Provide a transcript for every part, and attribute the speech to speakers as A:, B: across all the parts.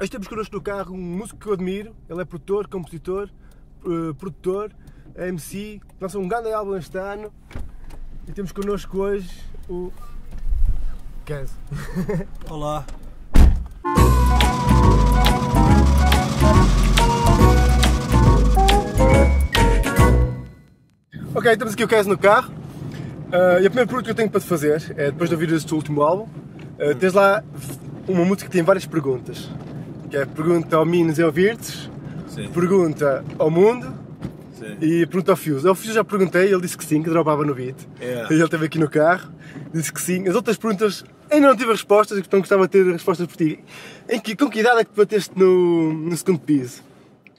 A: Hoje temos connosco no carro um músico que eu admiro, ele é produtor, compositor, eh, produtor, MC, lançou um grande álbum este ano e temos connosco hoje o Kenzo.
B: Olá.
A: Ok, estamos aqui o Kenzo no carro Ah, e a primeira pergunta que eu tenho para te fazer é, depois de ouvir este último álbum, ah, tens lá uma música que tem várias perguntas, que é pergunta ao Minos e ao Virtus,
B: Sim.
A: pergunta ao mundo
B: Sim.
A: E pergunta ao Fios. Ao Fios eu já perguntei, ele disse que sim, que dropava no beat.
B: É.
A: E ele esteve aqui no carro, disse que sim. As outras perguntas ainda não tive as respostas, então gostava de ter respostas por ti. Em que, com que idade é que te bateste no, no segundo piso?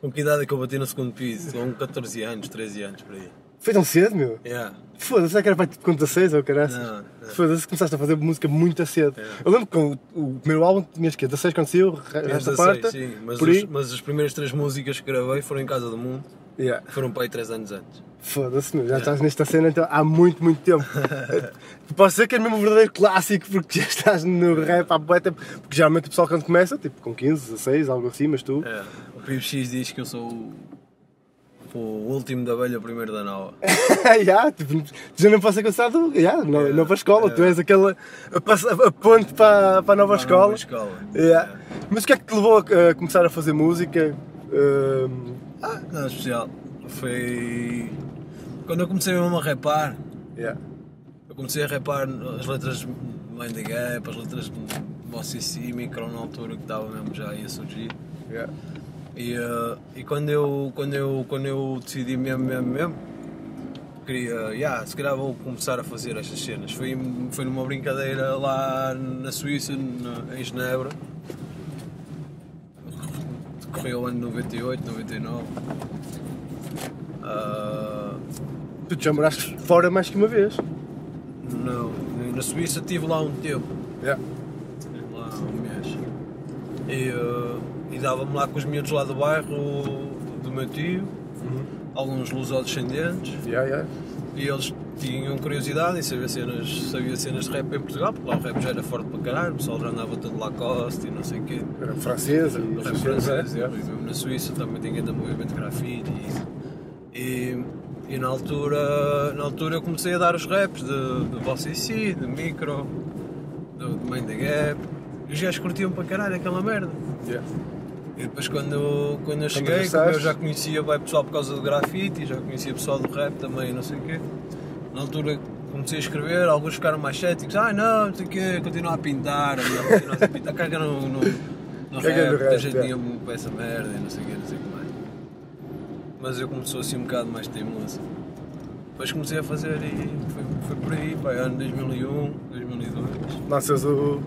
B: Com que idade é que eu bati no segundo piso? Com 14 anos, 13 anos por aí.
A: Foi tão cedo, meu?
B: Yeah.
A: Foda-se, será que era para tipo com 16 ou caraças?
B: Não, não.
A: Foda-se, começaste a fazer música muito a cedo.
B: É.
A: Eu lembro que com o, o primeiro álbum tinhas que 16 quando saiu,
B: Tinha
A: esta
B: 16,
A: parte.
B: sim, mas,
A: por
B: os,
A: aí.
B: mas as primeiras três músicas que gravei foram em Casa do Mundo,
A: Yeah.
B: foram para aí 3 anos antes.
A: Foda-se, meu, já estás nesta cena então, há muito, muito tempo. Posso dizer que é mesmo um verdadeiro clássico, porque já estás no rap há bué tempo. Porque geralmente o pessoal quando começa, tipo com 15, 16, algo assim, mas tu.
B: É. O PBX diz que eu sou o, o último da abelha, o primeiro da nova.
A: É yeah, tipo, tu já não posso alcançar do. Yeah, no-
B: Yeah,
A: nova escola,
B: yeah.
A: tu és aquela. a, passa- a ponte É. para, para a nova
B: Para
A: escola.
B: a nova É escola.
A: Yeah.
B: Yeah.
A: Mas o que é que te levou a, a começar a fazer música? Hum, Ahm,
B: Ah, nada especial. Foi. Quando eu comecei mesmo a rapar,
A: yeah.
B: Eu comecei a rapar as letras de Mind the Gap, as letras de Bossy C, Micro na altura que estava mesmo já aí a surgir.
A: Yeah.
B: E, eh, e quando, eu, quando, eu, quando eu decidi mesmo, mesmo, mesmo, queria, yeah, se calhar vou começar a fazer estas cenas. Foi, foi numa brincadeira lá na Suíça, na- em Genebra. Correu o ano 98, 99. Ah,
A: Tu te chamaste fora mais que uma vez.
B: não, na Suíça estive lá um tempo.
A: Yeah.
B: Estive lá um mês. E, eh, e dava-me lá com os miúdos lá do bairro, do meu tio, alguns lusodescendentes,
A: Yeah, yeah.
B: e eles tinham curiosidade em saber cenas, sabia cenas de rap em Portugal, porque lá o rap já era forte para caralho, o pessoal já andava todo Lacoste e não sei o quê.
A: Era francesa e
B: O rap
A: essas coisas,
B: francês,
A: é?
B: e
A: Yeah.
B: mesmo na Suíça então também tem ainda movimento de grafite e isso. E, e na, altura, na altura eu comecei a dar os raps de, de Bossa IC, de Micro, do, do Mind the Gap, e os gajos curtiam para caralho aquela merda.
A: Yeah.
B: E depois quando, quando eu cheguei, como
A: regressaste?
B: eu já conhecia bem pessoal por causa do grafite e já conhecia pessoal do rap também, não sei o quê. Na altura comecei a escrever, alguns ficaram mais céticos, ah não, não sei o quê, continua a pintar, continua a pintar, caga no, no, no
A: Caga
B: rap,
A: no
B: muita
A: rap,
B: gente
A: é.
B: tinha com essa merda e não sei o quê, não sei o que mais. Mas eu comecei assim um bocado mais teimoso. Depois comecei a fazer e foi, foi por aí, pá, ano 2001, 2002,
A: Lanças o.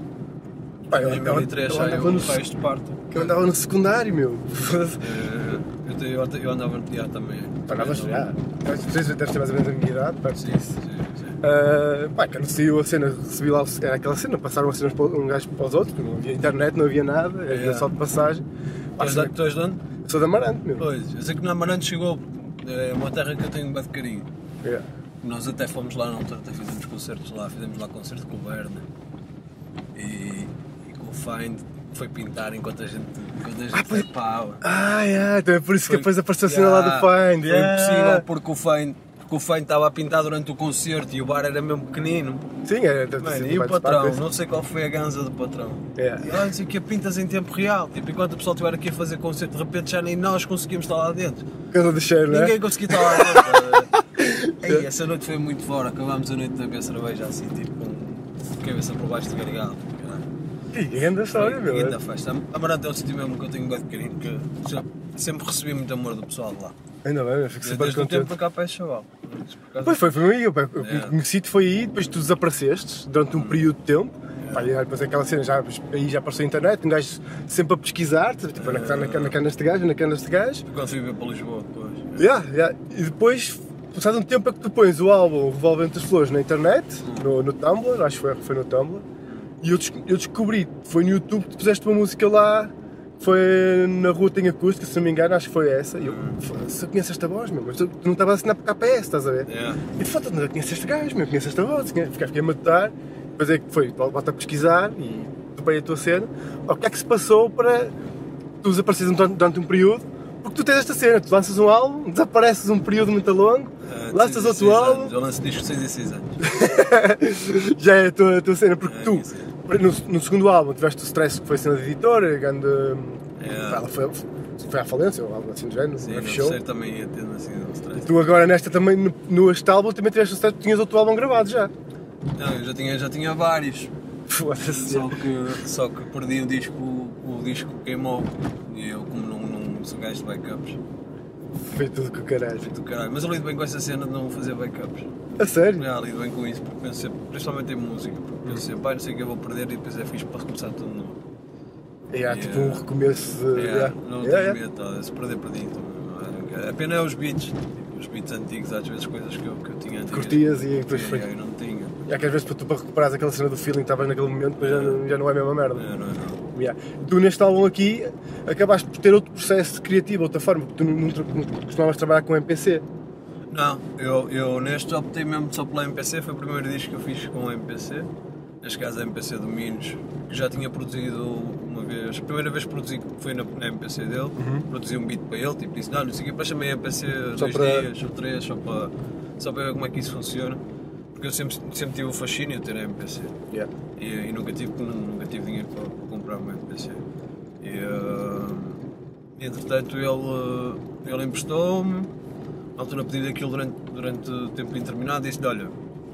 A: Pá, eu andava-
B: 2003
A: eu
B: saiu
A: andava no
B: o Faz é um de Parte.
A: Eu andava no secundário, meu. Foda-se.
B: Eh, Eu, te- eu, te- eu andava no teatro também.
A: Andavas já. Vocês devem ter mais ou menos a minha idade, perto
B: Sim,
A: disso.
B: sim, sim.
A: Ah, pá, quando saiu a cena, recebi lá, o- era aquela cena, passaram as cenas para um gajo para os outros, porque não havia internet, não havia nada, havia
B: Yeah.
A: só de passagem. Pá,
B: Mas
A: sou-
B: tu és de onde?
A: sou da Amarante, meu.
B: Pois, eu sei que no Amarante chegou. É uma terra que eu tenho bem de carinho.
A: Yeah.
B: Nós até fomos lá na altura, até fizemos concertos lá, fizemos lá concerto com o Berna e, e com o Find, que foi pintar enquanto a gente, enquanto a gente tapava.
A: Ah, yeah, então é por isso que depois apareceu a cena lá do
B: Yeah,
A: Find.
B: Foi
A: yeah.
B: impossível porque o Find. Porque o Fein estava a pintar durante o concerto e o bar era mesmo pequenino.
A: Sim, era. deve ter
B: Mano,
A: sido
B: e o
A: mais de
B: patrão?
A: parte,
B: Não sei qual foi a ganza do patrão.
A: É.
B: E olha, não sei o que pintas em tempo real. Tipo, enquanto o pessoal estiver aqui a fazer concerto, de repente já nem nós conseguimos estar lá dentro.
A: Casa do cheiro, né?
B: Ninguém conseguia estar lá dentro. Ei, essa noite foi muito fora. Acabámos a noite de beber cerveja assim, tipo, com cabeça por baixo de gargalo. tá caralho.
A: Que grande história,
B: Foi
A: meu. é.
B: grande a festa. Amarante é um sítio mesmo que eu tenho bem de carinho, que já sempre recebi muito amor do pessoal de lá.
A: Ainda bem, eu fico super
B: Desde o tempo
A: contente.
B: da capa é chaval. Mas por causa-
A: Pois foi, foi aí, eu pá, eu
B: Yeah.
A: conheci-te foi aí, depois tu desapareceste durante um período de tempo. Pá, e depois aquela cena, já, aí já apareceu a internet, um gajo sempre a pesquisar-te, tipo, na, na, na cana deste gajo, na cana deste gajo.
B: Quando fui ver para Lisboa depois.
A: Yeah, yeah. E depois, passado um tempo, é que tu pões o álbum Revolvente das Flores na internet, no, no Tumblr, acho que foi, foi no Tumblr, e eu, des- eu descobri, foi no YouTube que tu puseste uma música lá, que foi na Rua Tem Acústica, se não me engano, acho que foi essa. E eu, se eu conheço esta voz, meu, mas tu, tu não estava a assinar para KPS, estás a ver?
B: Yeah.
A: E de facto, eu conheço este gajo, meu, conheço esta voz, conheço- fiquei fiquei a matar. Depois é que foi, volta a pesquisar e topei a tua cena. Pá, O que é que se passou para tu desapareces durante, durante um período, porque tu tens esta cena, tu lanças um álbum, desapareces um período muito longo,
B: Ah,
A: lanças
B: 16
A: outro álbum,
B: anos. Eu lanço disco 6 em 6 anos.
A: já é a tua, a tua cena, porque
B: É,
A: tu,
B: isso
A: no, no segundo álbum, tiveste o stress que foi a cena da editora, a grande.
B: É.
A: Ela foi, foi à falência, ou algo assim do género,
B: Sim,
A: ela
B: não
A: fechou.
B: sei também ia ter assim um stress.
A: Tu agora nesta também, no, no este álbum, também tiveste o stress, tu tinhas outro álbum gravado já.
B: Não, eu já tinha, já tinha vários.
A: Foda-se.
B: Só que, só que perdi o disco, o disco queimou. E eu, como não, não sou gajo de backups,
A: Foi tudo com o caralho.
B: do caralho. Mas eu lido bem com essa cena de não fazer backups.
A: A sério?
B: Já lido bem com isso, porque penso sempre, principalmente em música, porque
A: Uhum.
B: penso sempre, "Ai, não sei o que eu vou perder e depois é fixe para recomeçar tudo de novo.
A: É, há tipo um recomeço de.
B: Yeah,
A: yeah.
B: Não
A: Yeah,
B: tenho
A: yeah.
B: medo, tá? se perder, perdi. então, não é? A pena é os beats, tipo, os beats antigos, às vezes coisas que eu, que eu tinha antes.
A: Curtias e depois foi-
B: Eu não tinha.
A: É que às vezes para tu para recuperares aquela cena do feeling que estavas naquele momento, mas já, não- já não é a mesma merda.
B: Não, não, não.
A: Yeah. Tu neste álbum aqui acabaste por ter outro processo criativo, outra forma, porque tu não, não tra- não costumavas trabalhar com MPC.
B: Não, eu, eu neste optei mesmo só pela MPC, foi o primeiro disco que eu fiz com a MPC, neste caso a MPC do Minos, que já tinha produzido uma vez, a primeira vez que produzi foi na, na MPC dele, produzi um beat para ele, tipo disse, não, não sei o que, depois chamei a MPC
A: Uhum. Só
B: dois
A: para-
B: dias ou três, só para, só para ver como é que isso funciona, porque eu sempre, sempre tive o fascínio de ter a MPC.
A: Yeah.
B: E, e nunca, tive, nunca tive dinheiro para comprar uma MPC. E, eh, entretanto, ele, eh, ele emprestou-me. Na altura pedi aquilo durante, durante tempo indeterminado e disse-lhe: Olha,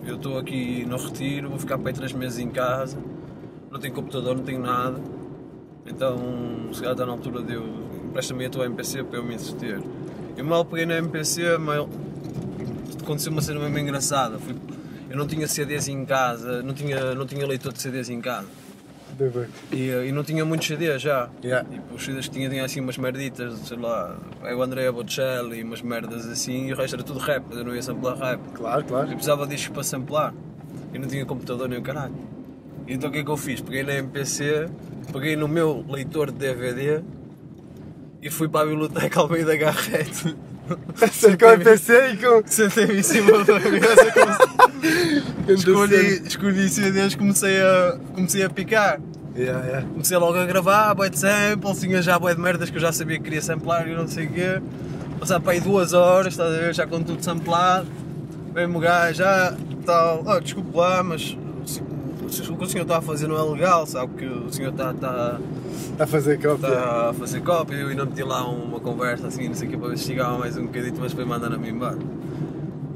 B: eu estou aqui no retiro, vou ficar para aí três meses em casa, não tenho computador, não tenho nada. Então, se calhar está na altura de eu. Empresta-me a tua MPC para eu me entreter. Eu mal peguei na MPC, mal, aconteceu uma cena mesmo engraçada. Fui- eu não tinha CDs em casa, não tinha, não tinha leitor de CDs em casa.
A: Bem, bem.
B: E, eh, e não tinha muitos CDs já.
A: Yeah.
B: Tipo, os CDs que tinha tinha assim umas merditas, sei lá, é eu Andrea Bocelli, umas merdas assim, e o resto era tudo rap, mas eu não ia samplar rap.
A: Claro,
B: Eu
A: claro.
B: precisava disso para samplar. Eu não tinha computador nem o caralho. E Então o que é que eu fiz? Peguei na MPC, peguei no meu leitor de DVD e fui para a biblioteca Almeida Garrete.
A: com MPC e com.
B: Sentei-me em cima da mesa comecei- escolhi, escolhi CDs comecei a, comecei a picar.
A: Yeah, yeah.
B: Comecei logo a gravar, bué de samples, tinha já bué de merdas que eu já sabia que queria samplar e não sei o quê. Passar para aí duas horas, estás a ver, já com tudo samplado. Mesmo gajo, já tal, oh, desculpe lá, mas o se- o que o senhor está a fazer não é legal, sabe que o senhor está, está,
A: Está Tá a fazer cópia.
B: está a fazer cópia, eu ainda meti lá uma conversa assim, não sei o que, para ver se chegava mais um bocadito, mas depois mandaram-me embora.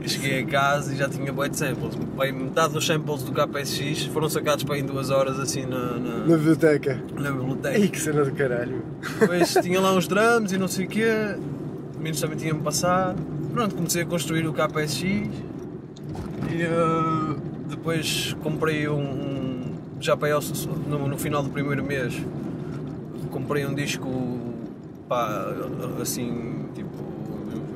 B: Eu cheguei a casa e já tinha bué de samples, Bem, metade dos samples do KPSX foram sacados para aí em duas horas assim na,
A: Na
B: na,
A: biblioteca.
B: na biblioteca.
A: Ei, que cena do caralho.
B: Depois tinha lá uns drums e não sei o quê. O Menos também tinha-me passado. Pronto, comecei a construir o KSX. E eh, depois comprei um. um- já para aí ao- no, no final do primeiro mês, comprei um disco pá, assim, tipo,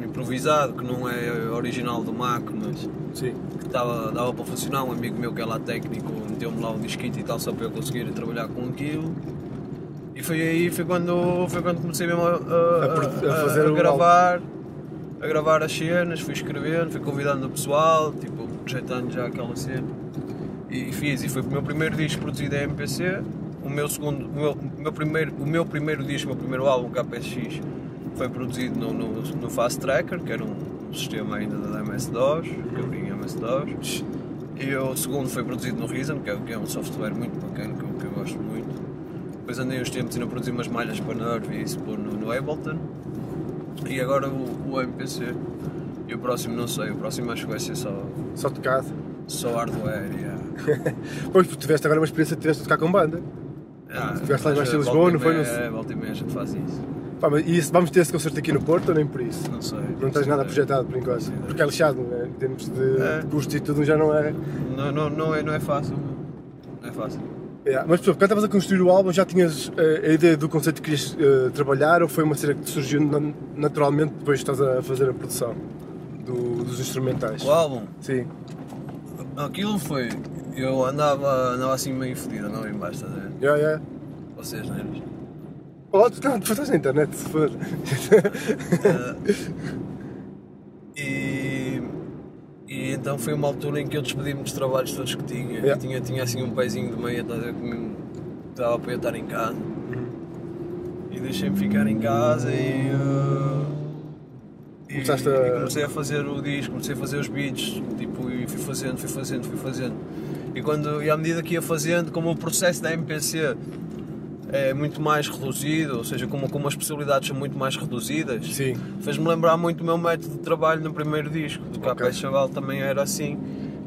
B: improvisado, que não é original do Mac, mas
A: Sim.
B: que dava, dava para funcionar. Um amigo meu que é lá técnico meteu-me lá um disquito e tal, só para eu conseguir trabalhar com aquilo. E foi aí, foi quando, foi quando comecei mesmo a, a-
A: A produ- a
B: a-
A: fazer
B: a
A: o
B: gravar, a gravar as cenas, fui escrevendo, fui convidando o pessoal, tipo, projetando já aquela cena. E fiz, e foi o meu primeiro disco produzido em MPC, o meu segundo, o meu, o meu primeiro, o meu primeiro disco, o meu primeiro álbum KPSX foi produzido no, no, no Fast Tracker, que era um, um sistema ainda da MS-DOS, que eu tinha MS-DOS. E o segundo foi produzido no Reason, que é, que é um software muito bacana, que eu, que eu gosto muito. Depois andei uns tempos ainda a produzir umas malhas para Nerve e isso pôr no, no Ableton. E agora o, o MPC. E o próximo não sei, o próximo acho que vai ser só,
A: Só tocado.
B: só hardware. Yeah.
A: Pois, tu tiveste agora uma experiência de tiveste a tocar com banda.
B: Ah,
A: Estiveste lá em
B: mas,
A: Baixo de
B: eh,
A: Lisboa,
B: volta e
A: não foi?
B: meia-
A: Não sei.
B: É, volta e meia a gente faz isso.
A: Pá, mas e esse- vamos ter esse concerto aqui no Porto ou nem por isso?
B: Não sei.
A: Não tens nada projetado por enquanto.
B: Sim.
A: Porque é lixado, não é? Em termos de,
B: É.
A: de custos e tudo, já não é.
B: Não, não, não, é, não é fácil. Não é fácil.
A: Yeah, Mas, por exemplo, quando estavas a construir o álbum, já tinhas eh, a ideia do conceito que querias eh, trabalhar ou foi uma cena que te surgiu na- naturalmente depois de estás a fazer a produção do- dos instrumentais?
B: O álbum,
A: Sim.
B: aquilo foi. Eu andava, andava assim meio fodido, andava em baixo, estás a ver?
A: Yeah, yeah.
B: Vocês, não é?
A: Oh, tu, não, tu estás na internet, se for.
B: Ah, e, e então foi uma altura em que eu despedi-me dos trabalhos todos que tinha.
A: Yeah.
B: Eu tinha,
A: Uhum.
B: tinha assim um pezinho de meia, estás a ver, que me dava para eu estar em casa. E deixei-me ficar em casa e. eh, e,
A: Começaste
B: e
A: a-
B: comecei a fazer o disco, comecei a fazer os beats, tipo, e fui fazendo, fui fazendo, fui fazendo. E, quando, e à medida que ia fazendo, como o processo da MPC é muito mais reduzido, ou seja, como, como as possibilidades são muito mais reduzidas,
A: Sim.
B: fez-me lembrar muito o meu método de trabalho no primeiro disco. Do KP
A: Ok.
B: Chaval também era assim.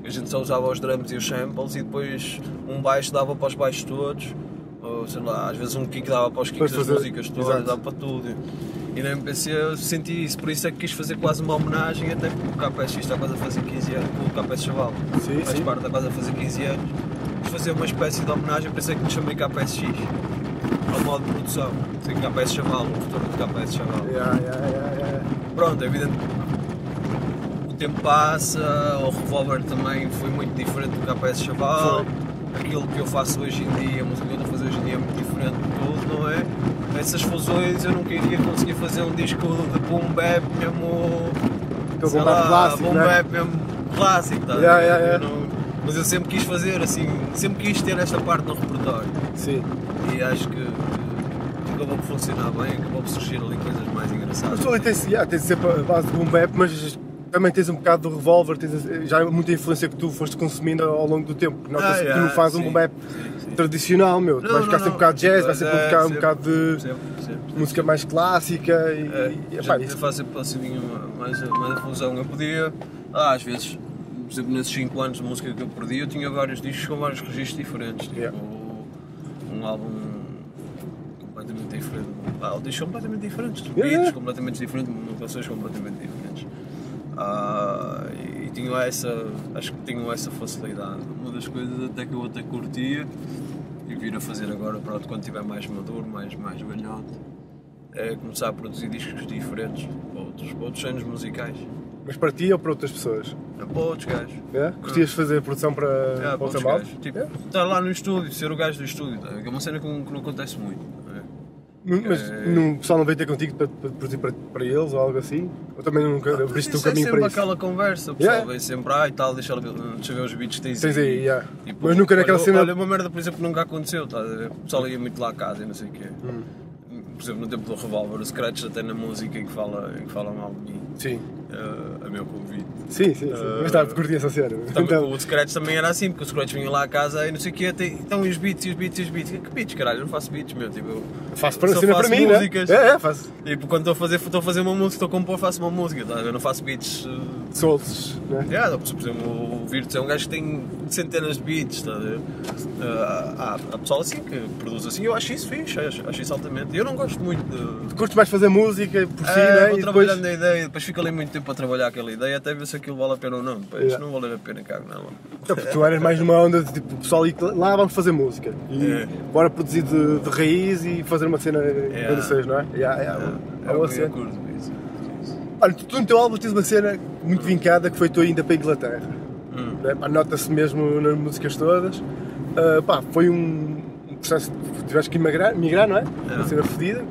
B: A gente só usava os drums e os samples e depois um baixo dava para os baixos todos. Ou sei lá, às vezes um kick dava para os
A: Pois
B: kicks das
A: fazer-
B: músicas todas,
A: exato.
B: dava para tudo. E na MPC eu senti isso, por isso é que quis fazer quase uma homenagem, até porque o KPX está quase a fazer 15 anos, o KPS Chaval
A: Sim,
B: faz
A: sim.
B: parte da quase a fazer 15 anos. Quis fazer uma espécie de homenagem, por isso é que me chamei KPSX, ao modo de produção. Sei que KPS Chaval, o futuro de KPS Chaval
A: Yeah, yeah, yeah, yeah.
B: pronto, é evidente o tempo passa, o revólver também foi muito diferente do KPS Chaval. Aquilo que eu faço hoje em dia, a música que eu estou a fazer hoje em dia é muito diferente de tudo, não é? Essas fusões eu nunca iria conseguir fazer um disco de boom bap mesmo.
A: Aquele
B: sei
A: boom bap
B: lá,
A: clássico,
B: boom
A: não é?
B: bap mesmo clássico, tá? a ver?
A: Yeah, yeah, yeah.
B: Eu não- mas eu sempre quis fazer assim, sempre quis ter esta parte no repertório
A: Sim.
B: e acho que, que acabou por funcionar bem, acabou por surgir ali coisas mais engraçadas.
A: Mas tu ali tens, yeah, tens sempre a base de boom bap, mas também tens um bocado do revólver, tens a- já é muita influência que tu foste consumindo ao longo do tempo. Nota-se
B: Ah,
A: que tu
B: yeah,
A: não fazes um
B: sim,
A: boom bap
B: sim, sim.
A: tradicional, meu. Tu
B: Não,
A: vais ficar sempre
B: não,
A: um
B: não.
A: bocado de jazz, vais sempre
B: É,
A: um bocado, um
B: sempre,
A: bocado de
B: Sempre, sempre.
A: música mais clássica e,
B: É,
A: e,
B: já
A: epá,
B: podia
A: isso-
B: fazer passadinho mais, mais a fusão. Eu podia, ah, às vezes, por exemplo, nesses 5 anos de música que eu perdi, eu tinha vários discos com vários registros diferentes. Tipo,
A: Yeah.
B: um álbum completamente diferente. Ah, discos completamente diferentes, beats
A: Yeah, yeah.
B: completamente diferentes, canções completamente diferentes. Ah, e, e tinham essa, acho que tinham essa facilidade. Uma das coisas até que eu até curtia e vir a fazer agora, pronto, quando estiver mais maduro, mais, mais velhote, é começar a produzir discos diferentes para outros, para outros géneros musicais,
A: mas para ti ou para outras pessoas?
B: para outros gajos.
A: É? Curtias fazer produção para
B: É,
A: para
B: para
A: outra
B: Ah. outros
A: malta?
B: gajos. Tipo,
A: É?
B: estar lá no estúdio, ser o gajo do estúdio, tá? é uma cena que, não- que não acontece muito. não é?
A: Não- Mas
B: É.
A: não, o pessoal não veio ter contigo para, para produzir para, para eles ou algo assim? Ou também nunca
B: Mas
A: abriste o
B: isso é
A: caminho
B: sempre
A: para isso?
B: aquela conversa, o pessoal
A: Yeah.
B: vem sempre, ah e tal, deixa, eu ver- deixa eu ver os beats que tens,
A: Tens aí, yeah.
B: Tipo,
A: Mas nunca naquela
B: olha,
A: cena-
B: Olha, uma merda, por exemplo, nunca aconteceu, tá? a ver? o pessoal ia muito lá a casa e não sei o quê.
A: Hum.
B: Por exemplo, no tempo do Revolver, o Scratch até na música em que fala, em que fala mal de mim,
A: Sim,
B: eh, a meu convite.
A: sim, sim. sim.
B: Eh,
A: Mas estava curti essa cena.
B: Também,
A: Então,
B: O Scratch também era assim, porque o Scratch vinha lá a casa e não sei o quê, tem, então e os beats, e os beats, e os beats. Que beats, caralho, eu não faço beats, meu, tipo... eu
A: faço para,
B: só
A: cena para
B: faço
A: mim,
B: músicas.
A: né? É, é, faço.
B: Tipo, quando estou a fazer, estou a fazer uma música, estou a compor, faço uma música, tá? eu não faço beats... eh,
A: Soltos, né?
B: É, não, por exemplo, o Virtus é um gajo que tem centenas de beats, está a ver? Ah, há, há pessoal assim que produz assim, eu acho isso fixe, acho, acho isso altamente. Eu não gosto muito de.
A: Curtes mais fazer música por si,
B: É,
A: né?
B: vou
A: E depois...
B: trabalhando na ideia, depois fico ali muito tempo a trabalhar aquela ideia até ver se aquilo vale a pena ou não. Depois,
A: Yeah.
B: se não valer a pena, cago nela.
A: Então, porque tu eras mais numa onda de tipo, pessoal, ali, lá vamos fazer música. E
B: É.
A: bora produzir de, de raiz e fazer uma cena
B: É.
A: quando vocês, não é? Yeah, yeah,
B: É,
A: é uma
B: o que eu
A: cena.
B: curto isso. é isso.
A: Olha, tu, tu no teu álbum tens uma cena muito vincada que foi tu ainda para a Inglaterra.
B: Hum.
A: Né? Pá, Nota-se mesmo nas músicas todas. Ah, pá, foi um um processo que tiveste que emigrar, migrar, não é?
B: É.
A: Uma cena fodida.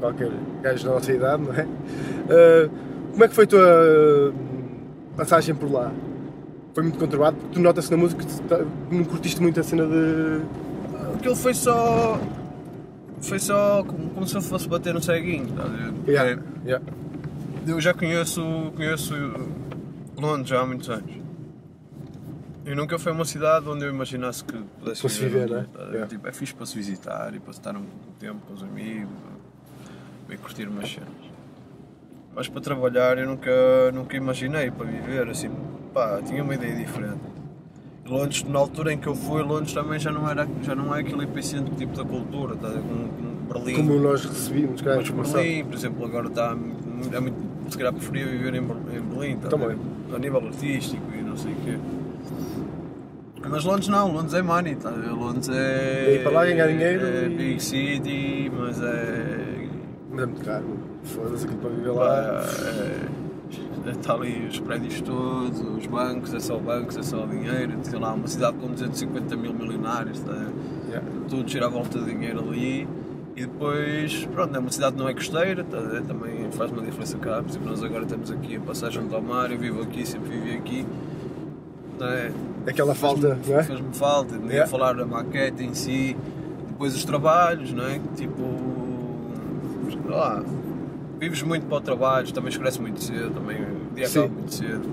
A: Qualquer gajo da nossa idade, não é? Ah, como é que foi a tua passagem por lá? Foi muito conturbado, porque tu notas na música que tu tá- não curtiste muito a cena de.
B: Ah, Aquilo foi só. Foi só como, como se eu fosse bater no ceguinho, tá a ver?
A: Yeah,
B: É,
A: yeah.
B: Eu já conheço, conheço Londres já há muitos anos. E nunca foi uma cidade onde eu imaginasse que pudesse
A: Fosse viver,
B: onde-
A: né? Yeah.
B: Tipo, é fixe para se visitar e para se estar um tempo com os amigos e curtir umas cenas. Mas para trabalhar eu nunca, nunca imaginei para viver, assim, pá, tinha uma ideia diferente. Londres, na altura em que eu fui, Londres também já não, era, já não é aquele epicentro tipo da cultura, tá? como, como Berlim.
A: Como nós recebíamos, cara,
B: Mas
A: começar.
B: Berlim, É, por exemplo, agora está muito, é muito, se calhar preferia viver em, Ber- em Berlim, tá a
A: Também.
B: ver? a nível artístico e não sei o quê. Mas Londres não, Londres é money, tá? a ver? Londres é.
A: É ir para lá ganhar dinheiro
B: É
A: e-
B: big city, mas é.
A: Mas é muito caro, foda-se aquilo para viver lá.
B: Lá, é, está ali os prédios todos, os bancos, é só bancos, é só dinheiro, sei lá, uma cidade com 250 mil milionários, tá? a ver?
A: Yeah.
B: tudo gira à volta de dinheiro ali e depois, pronto, é uma cidade que não é costeira, tá, é, também faz uma diferença cá, por exemplo, nós agora estamos aqui a passar junto ao mar, eu vivo aqui, sempre vivi aqui, não é?
A: Aquela falta, não é?
B: fez-me falta, nem
A: Yeah.
B: falar da maquete em si, depois os trabalhos, não é? Tipo, lá, vives muito para o trabalho, também escurece muito cedo, também o dia
A: Sim.
B: acaba muito cedo.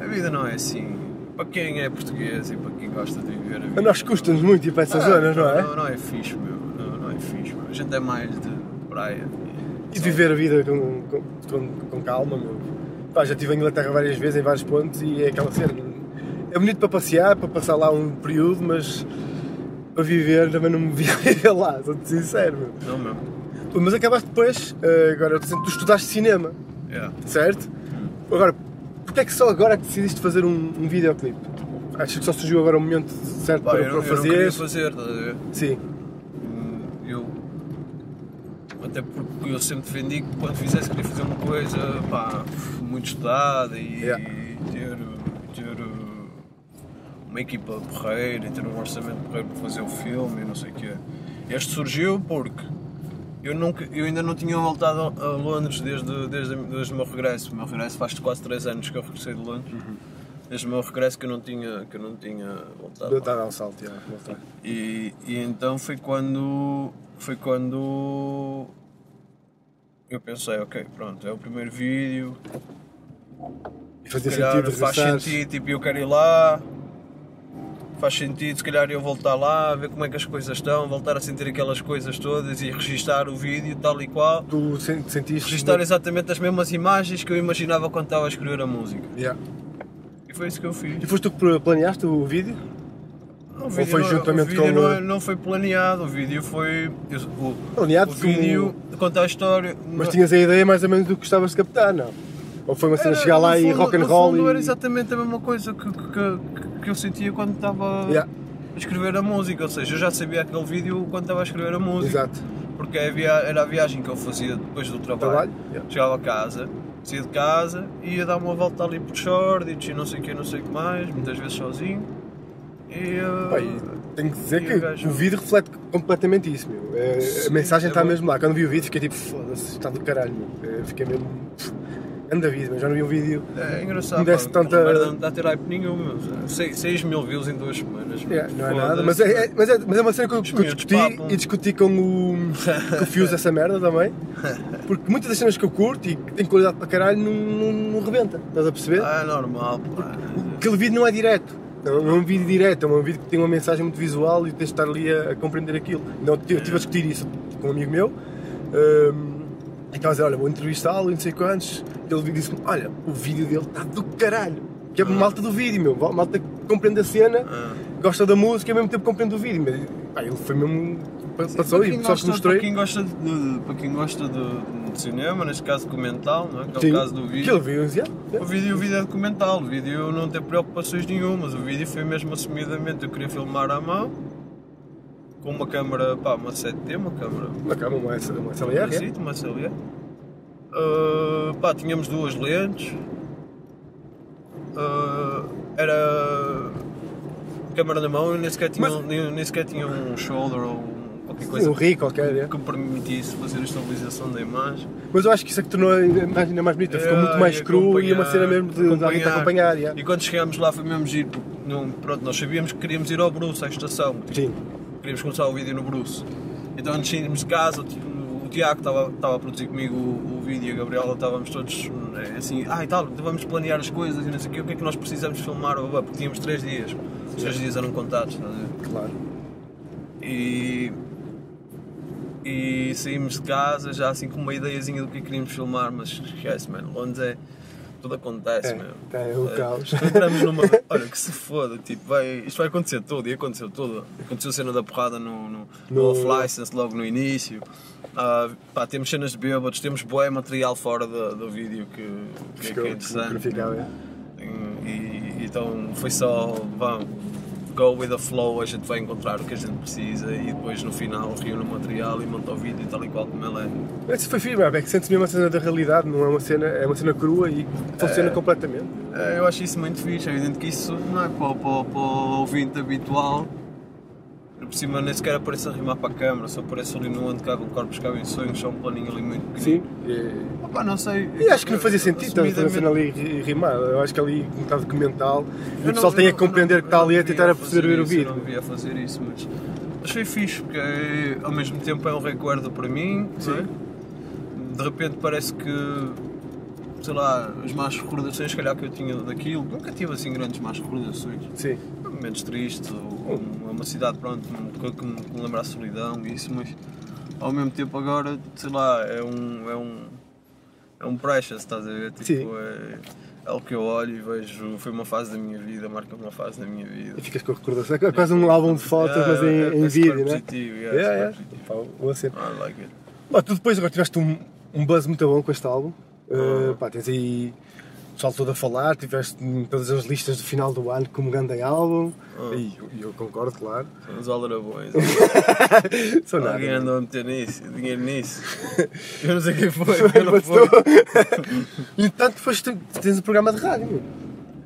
B: A vida não é assim. Para quem é português e para quem gosta de viver a vida.
A: A nós custa-nos muito ir para essas zonas, não é?
B: Não, não é fixe, meu. Não, não é fixe, meu. A gente é mais de praia.
A: E viver a vida com, com, com- com calma, meu. Pá, já estive em Inglaterra várias vezes, em vários pontos, e é aquela cena. É bonito para passear, para passar lá um período, mas para viver também não me via viver lá, sou-te sincero, meu.
B: Não, meu.
A: Pô, Mas acabaste depois, eh, agora, tu tu estudaste cinema,
B: Yeah.
A: certo? Agora, porque é que só agora é que decidiste fazer um, um videoclipe? Acho que só surgiu agora o momento certo
B: Pá,
A: para,
B: eu, não-
A: para
B: eu não
A: fazer.
B: queria fazer, estás a ver?
A: Sim,
B: Hum, Eu. Até porque eu sempre defendi que quando fizesse queria fazer uma coisa pá, muito estudada e
A: Yeah.
B: ter, ter uh, uma equipa porreira e ter um orçamento porreiro para fazer o filme e não sei o quê. Este surgiu porque eu, nunca, eu ainda não tinha voltado a a Londres desde, desde, desde o meu regresso. O meu regresso faz quase 3 anos que eu regressei de Londres. Desde o meu regresso que eu não tinha, que eu não tinha voltado.
A: deu
B: lá.
A: a dar um salto, já, voltar.
B: E, e então foi quando foi quando eu pensei, ok, pronto, é o primeiro vídeo,
A: E fazia
B: se calhar
A: sentido,
B: faz
A: regressares.
B: sentido, tipo, eu quero ir lá, faz sentido, se calhar eu voltar lá, ver como é que as coisas estão, voltar a sentir aquelas coisas todas e registar o vídeo tal e qual,
A: Tu sen- sentiste.
B: registar exatamente as mesmas imagens que eu imaginava quando estava a escrever a música.
A: Yeah.
B: E foi isso que eu fiz.
A: E foste tu que planeaste o vídeo?
B: O vídeo
A: foi
B: não-
A: juntamente
B: o vídeo
A: com
B: não,
A: o-
B: não foi planeado, o vídeo foi. O,
A: Planeado
B: o vídeo conta a história.
A: Mas tinhas a ideia mais ou menos do que gostavas de captar, não? Ou foi uma cena
B: Era,
A: de chegar lá
B: no
A: e
B: fundo-
A: rock and
B: no
A: roll
B: fundo
A: e.
B: era exatamente a mesma coisa que, que- que- que eu sentia quando estava
A: Yeah,
B: a escrever a música. Ou seja, eu já sabia aquele vídeo quando estava a escrever a música.
A: Exato.
B: Porque é a via- era a viagem que eu fazia depois do trabalho.
A: Trabalho? Yeah.
B: Chegava a casa, saía de casa, ia dar uma volta ali por Shoreditch e não sei o que, não sei o que mais, muitas vezes sozinho. E, uh,
A: Pá, e tenho que dizer
B: E
A: que
B: o gajo-
A: o vídeo reflete completamente isso, meu. É, a
B: Sim,
A: mensagem
B: é
A: está
B: bom.
A: mesmo lá. Quando vi o vídeo fiquei tipo, foda-se, está do caralho, meu. É, Fiquei mesmo. Anda vida, mas já não vi um vídeo.
B: É engraçado.
A: Me desse
B: pá,
A: tanta-
B: aquela merda não está a ter hype nenhum. 6 mil views em duas semanas.
A: Yeah, não é
B: Foda-se.
A: nada, mas é, é- mas, é, mas é uma cena que eu, que eu
B: miúdos
A: discuti
B: papam.
A: e discuti com o, com o Fios essa merda também, porque muitas das cenas que eu curto e que têm qualidade para caralho não, não, não rebenta, estás a perceber?
B: Ah, é normal, pá.
A: Aquele vídeo não é direto, não é um vídeo direto, é um vídeo que tem uma mensagem muito visual e tens de estar ali a, a compreender aquilo. Então eu estive
B: É.
A: a discutir isso com um amigo meu, hum, então a dizer, olha, vou entrevistá-lo e não sei quantos, ele disse-me, olha, o vídeo dele está do caralho, que é malta do vídeo, meu, malta que compreende a cena
B: Ah.
A: gosta da música e ao mesmo tempo compreende o vídeo. Mas, pá, ele foi mesmo. pa- Passou
B: Para
A: e o
B: quem
A: pessoal que
B: gosta- Para
A: mostrei.
B: quem gosta de, de- para quem gosta de, de cinema, neste caso documental, não é? Que é
A: Sim,
B: o caso do
A: Que ele
B: vídeo.
A: viu, dizia,
B: O vídeo, o vídeo é documental, o vídeo não tem preocupações nenhumas. O vídeo foi mesmo assumidamente. Eu queria filmar à mão com uma câmera, pá, uma 7D, uma câmera
A: uma cama, uma S- uma
B: Uma
A: SLR. é?
B: Brasília, uma SLR. Ah, pá, tínhamos duas lentes. Ah, era câmara na mão e nem sequer tinha,
A: Mas-
B: nem, nem sequer tinha um shoulder ou um- qualquer
A: Sim,
B: coisa
A: Um rio qualquer, é.
B: que me permitisse fazer a estabilização da imagem.
A: Mas eu acho que isso é que tornou a imagem ainda mais bonita. Ficou
B: É,
A: muito mais
B: e
A: cru e é uma
B: acompanhar-
A: cena mesmo de, de alguém te acompanhar. é.
B: E quando chegámos lá foi mesmo giro, porque não, pronto, nós sabíamos que queríamos ir ao Bruce, à estação.
A: Sim,
B: Queríamos começar o vídeo no Bruce. Então antes de irmos de casa, o Ti- o Tiago estava, estava a produzir comigo o, o vídeo e a Gabriela estávamos todos eh, assim, ah e tal, então vamos planear as coisas e não sei o quê, o que é que nós precisamos filmar, blá, blá, porque tínhamos três dias. Os três dias eram contados, estás a ver?
A: claro.
B: é E, e saímos de casa já assim com uma ideiazinha do que queríamos filmar, mas esquece, mano, Londres é. Tudo acontece,
A: É,
B: meu.
A: é o caos.
B: Tu Entramos numa. Olha, que se foda, tipo, vai, isto vai acontecer tudo, e aconteceu tudo. Aconteceu a cena da porrada no, no, no
A: No-
B: off-license logo no início. Ah, pá, temos cenas de bêbados, temos boé material fora do, do vídeo que, que, que
A: Ficou
B: é
A: que não
B: interessante.
A: ficava, é.
B: E- e- então foi só, vamos, go with the flow, a gente vai encontrar o que a gente precisa e depois no final reúne o material e monta o vídeo tal e qual como ele é.
A: Mas Isso foi firme, é que sentes mesmo uma cena da realidade, não é uma cena, é uma cena crua e
B: É.
A: funciona completamente.
B: Eh, Eu acho isso muito fixe, é evidente que isso não é para, o- para, o- para o ouvinte habitual. Por cima nem sequer aparece a rimar para a câmara, só aparece ali no onde cabem corpos, cabem sonhos, só um planinho ali muito
A: Sim.
B: pequenino.
A: é-
B: Opá, não sei.
A: E acho que não fazia sentido estar a
B: Assumidamente,
A: cena ali ri- rimada. Eu acho que ali um bocado documental. E
B: Eu
A: o pessoal
B: não-
A: tem
B: eu
A: a
B: não-
A: compreender
B: eu
A: que está
B: não
A: ali a
B: devia
A: tentar
B: fazer
A: absorver o
B: isso, Eu
A: vídeo.
B: não devia fazer isso, mas mas foi fixe, porque ao mesmo tempo é um recuerdo para mim, não é? de repente parece que, sei lá, as más recordações, se calhar, que eu tinha daquilo, nunca tive assim grandes más recordações.
A: Sim.
B: Momentos tristes, ou um- uma cidade, pronto, que, que me, que me lembra a solidão e isso, mas ao mesmo tempo agora, sei lá, é um. É um, é um precious, estás a ver? Tipo,
A: Sim.
B: é. É o que eu olho e vejo, foi uma fase da minha vida, marca uma fase da minha vida.
A: E ficas com a recordação. É quase um álbum de fotos,
B: Yeah,
A: mas
B: é- é
A: em, em
B: super
A: vídeo, né?
B: positivo, yeah,
A: Yeah,
B: super
A: yeah.
B: positivo.
A: Pá, boa cena.
B: I like it.
A: Pá, tu depois agora tiveste um, um buzz muito bom com este álbum. Uh,
B: Ah.
A: pá, tens aí o pessoal todo a falar, tiveste em todas as listas do final do ano como grande álbum.
B: Ah.
A: E eu, eu concordo, claro.
B: São os aldrabões.
A: Sou nada. né?
B: Alguém
A: não.
B: andou a meter nisso, dinheiro nisso. Eu não sei quem foi, eu não
A: Mas
B: fui.
A: tu- Entanto, foste, tens um programa de rádio. meu.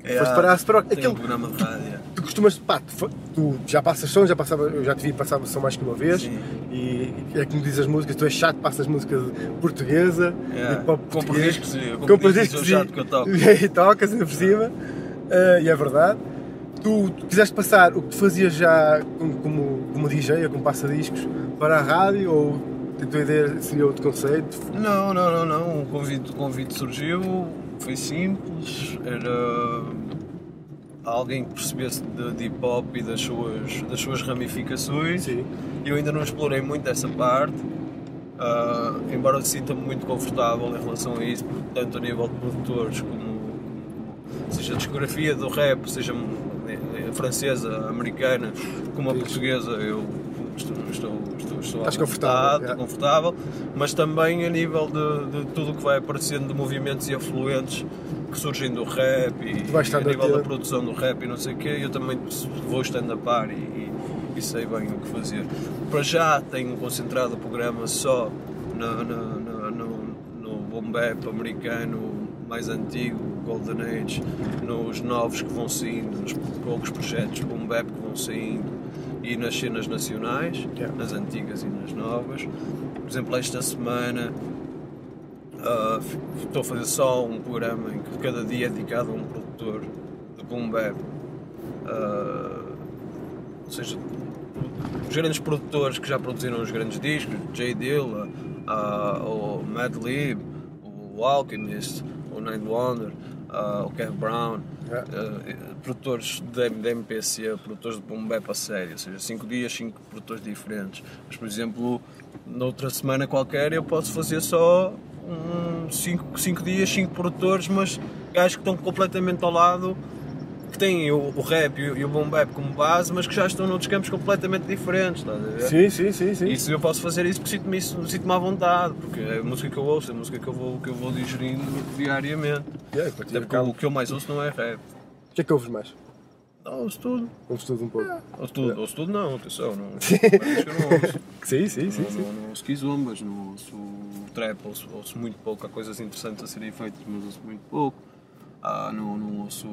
B: É,
A: Foste parar a Super
B: Tem um
A: Aquele,
B: programa de rádio.
A: tu costumas. Pá, tu, fa- tu já passas som, já passava, eu já te vi passar som mais que uma vez.
B: Sim.
A: E é que me dizes as músicas, tu és chato, passas música portuguesa,
B: Yeah.
A: hip hop
B: É, Com
A: português.
B: português que se com
A: Compras
B: português
A: este
B: que se chato que eu toco.
A: E tocas ainda por cima. Ah, e é verdade. Tu, tu quiseste passar o que tu fazias já como, como, como DJ ou como passadiscos para a rádio ou a tua ideia seria outro conceito?
B: Não, não, não, não. O convite, o convite surgiu, foi simples. Era alguém que percebesse de, de hip hop e das suas, das suas ramificações.
A: Sim.
B: Eu ainda não explorei muito essa parte, ah, embora eu sinta-me muito confortável em relação a isso, porque tanto a nível de produtores como seja a discografia do rap, seja né, a francesa, a americana, como a
A: Sim.
B: portuguesa, eu estou, estou, estou, estou à
A: Estás
B: vontade,
A: confortável,
B: estou
A: é.
B: confortável, mas também a nível de, de tudo o que vai aparecendo de movimentos e afluentes que surgem do rap e,
A: Tu vais
B: e
A: estar
B: a nível da
A: atento.
B: produção do rap e não sei o quê, eu também vou estando a par e, e- e sei bem o que fazer. Para já tenho concentrado o programa só na- na- na- no, no boom bap americano mais antigo, Golden Age, nos novos que vão saindo, nos poucos projetos boom bap que vão saindo e nas cenas nacionais,
A: Yeah.
B: nas antigas e nas novas. Por exemplo, esta semana Uh, f- estou a fazer só um programa em que cada dia é dedicado a um produtor de boom bap. Uh, ou seja, pro- os grandes produtores que já produziram os grandes discos, J. Dilla, ah, o Mad Lib, o Alchemist, o Nine Wonder, ah, o Kev Brown,
A: É.
B: eh, produtores de, de MPC, produtores de boom bap a sério, ou seja, 5 dias, 5 produtores diferentes. Mas, por exemplo, noutra semana qualquer eu posso fazer só 5 dias, 5 produtores, mas gajos que estão completamente ao lado, que têm o, o rap e o, e o boom bap como base, mas que já estão noutros campos completamente diferentes, estás a ver?
A: Sim, sim, sim, sim.
B: É. Isso eu posso fazer isso porque sinto-me isso- sinto-me à vontade, porque é a música que eu ouço, é a música que eu vou, que eu vou digerindo diariamente.
A: Yeah, para ti,
B: Até porque
A: calma.
B: o que eu mais ouço não é rap.
A: O que é que ouves mais?
B: Não, ouço tudo.
A: Ouves tudo um pouco.
B: Ouço tudo, ouço tudo não, atenção, não. mas eu não ouço.
A: Sim, sim, sim.
B: não,
A: sim.
B: não, não ouço kizombas, não ouço trap, ouço, ouço muito pouco. Há coisas interessantes a serem feitas, mas ouço muito pouco. Ah, não, não ouço.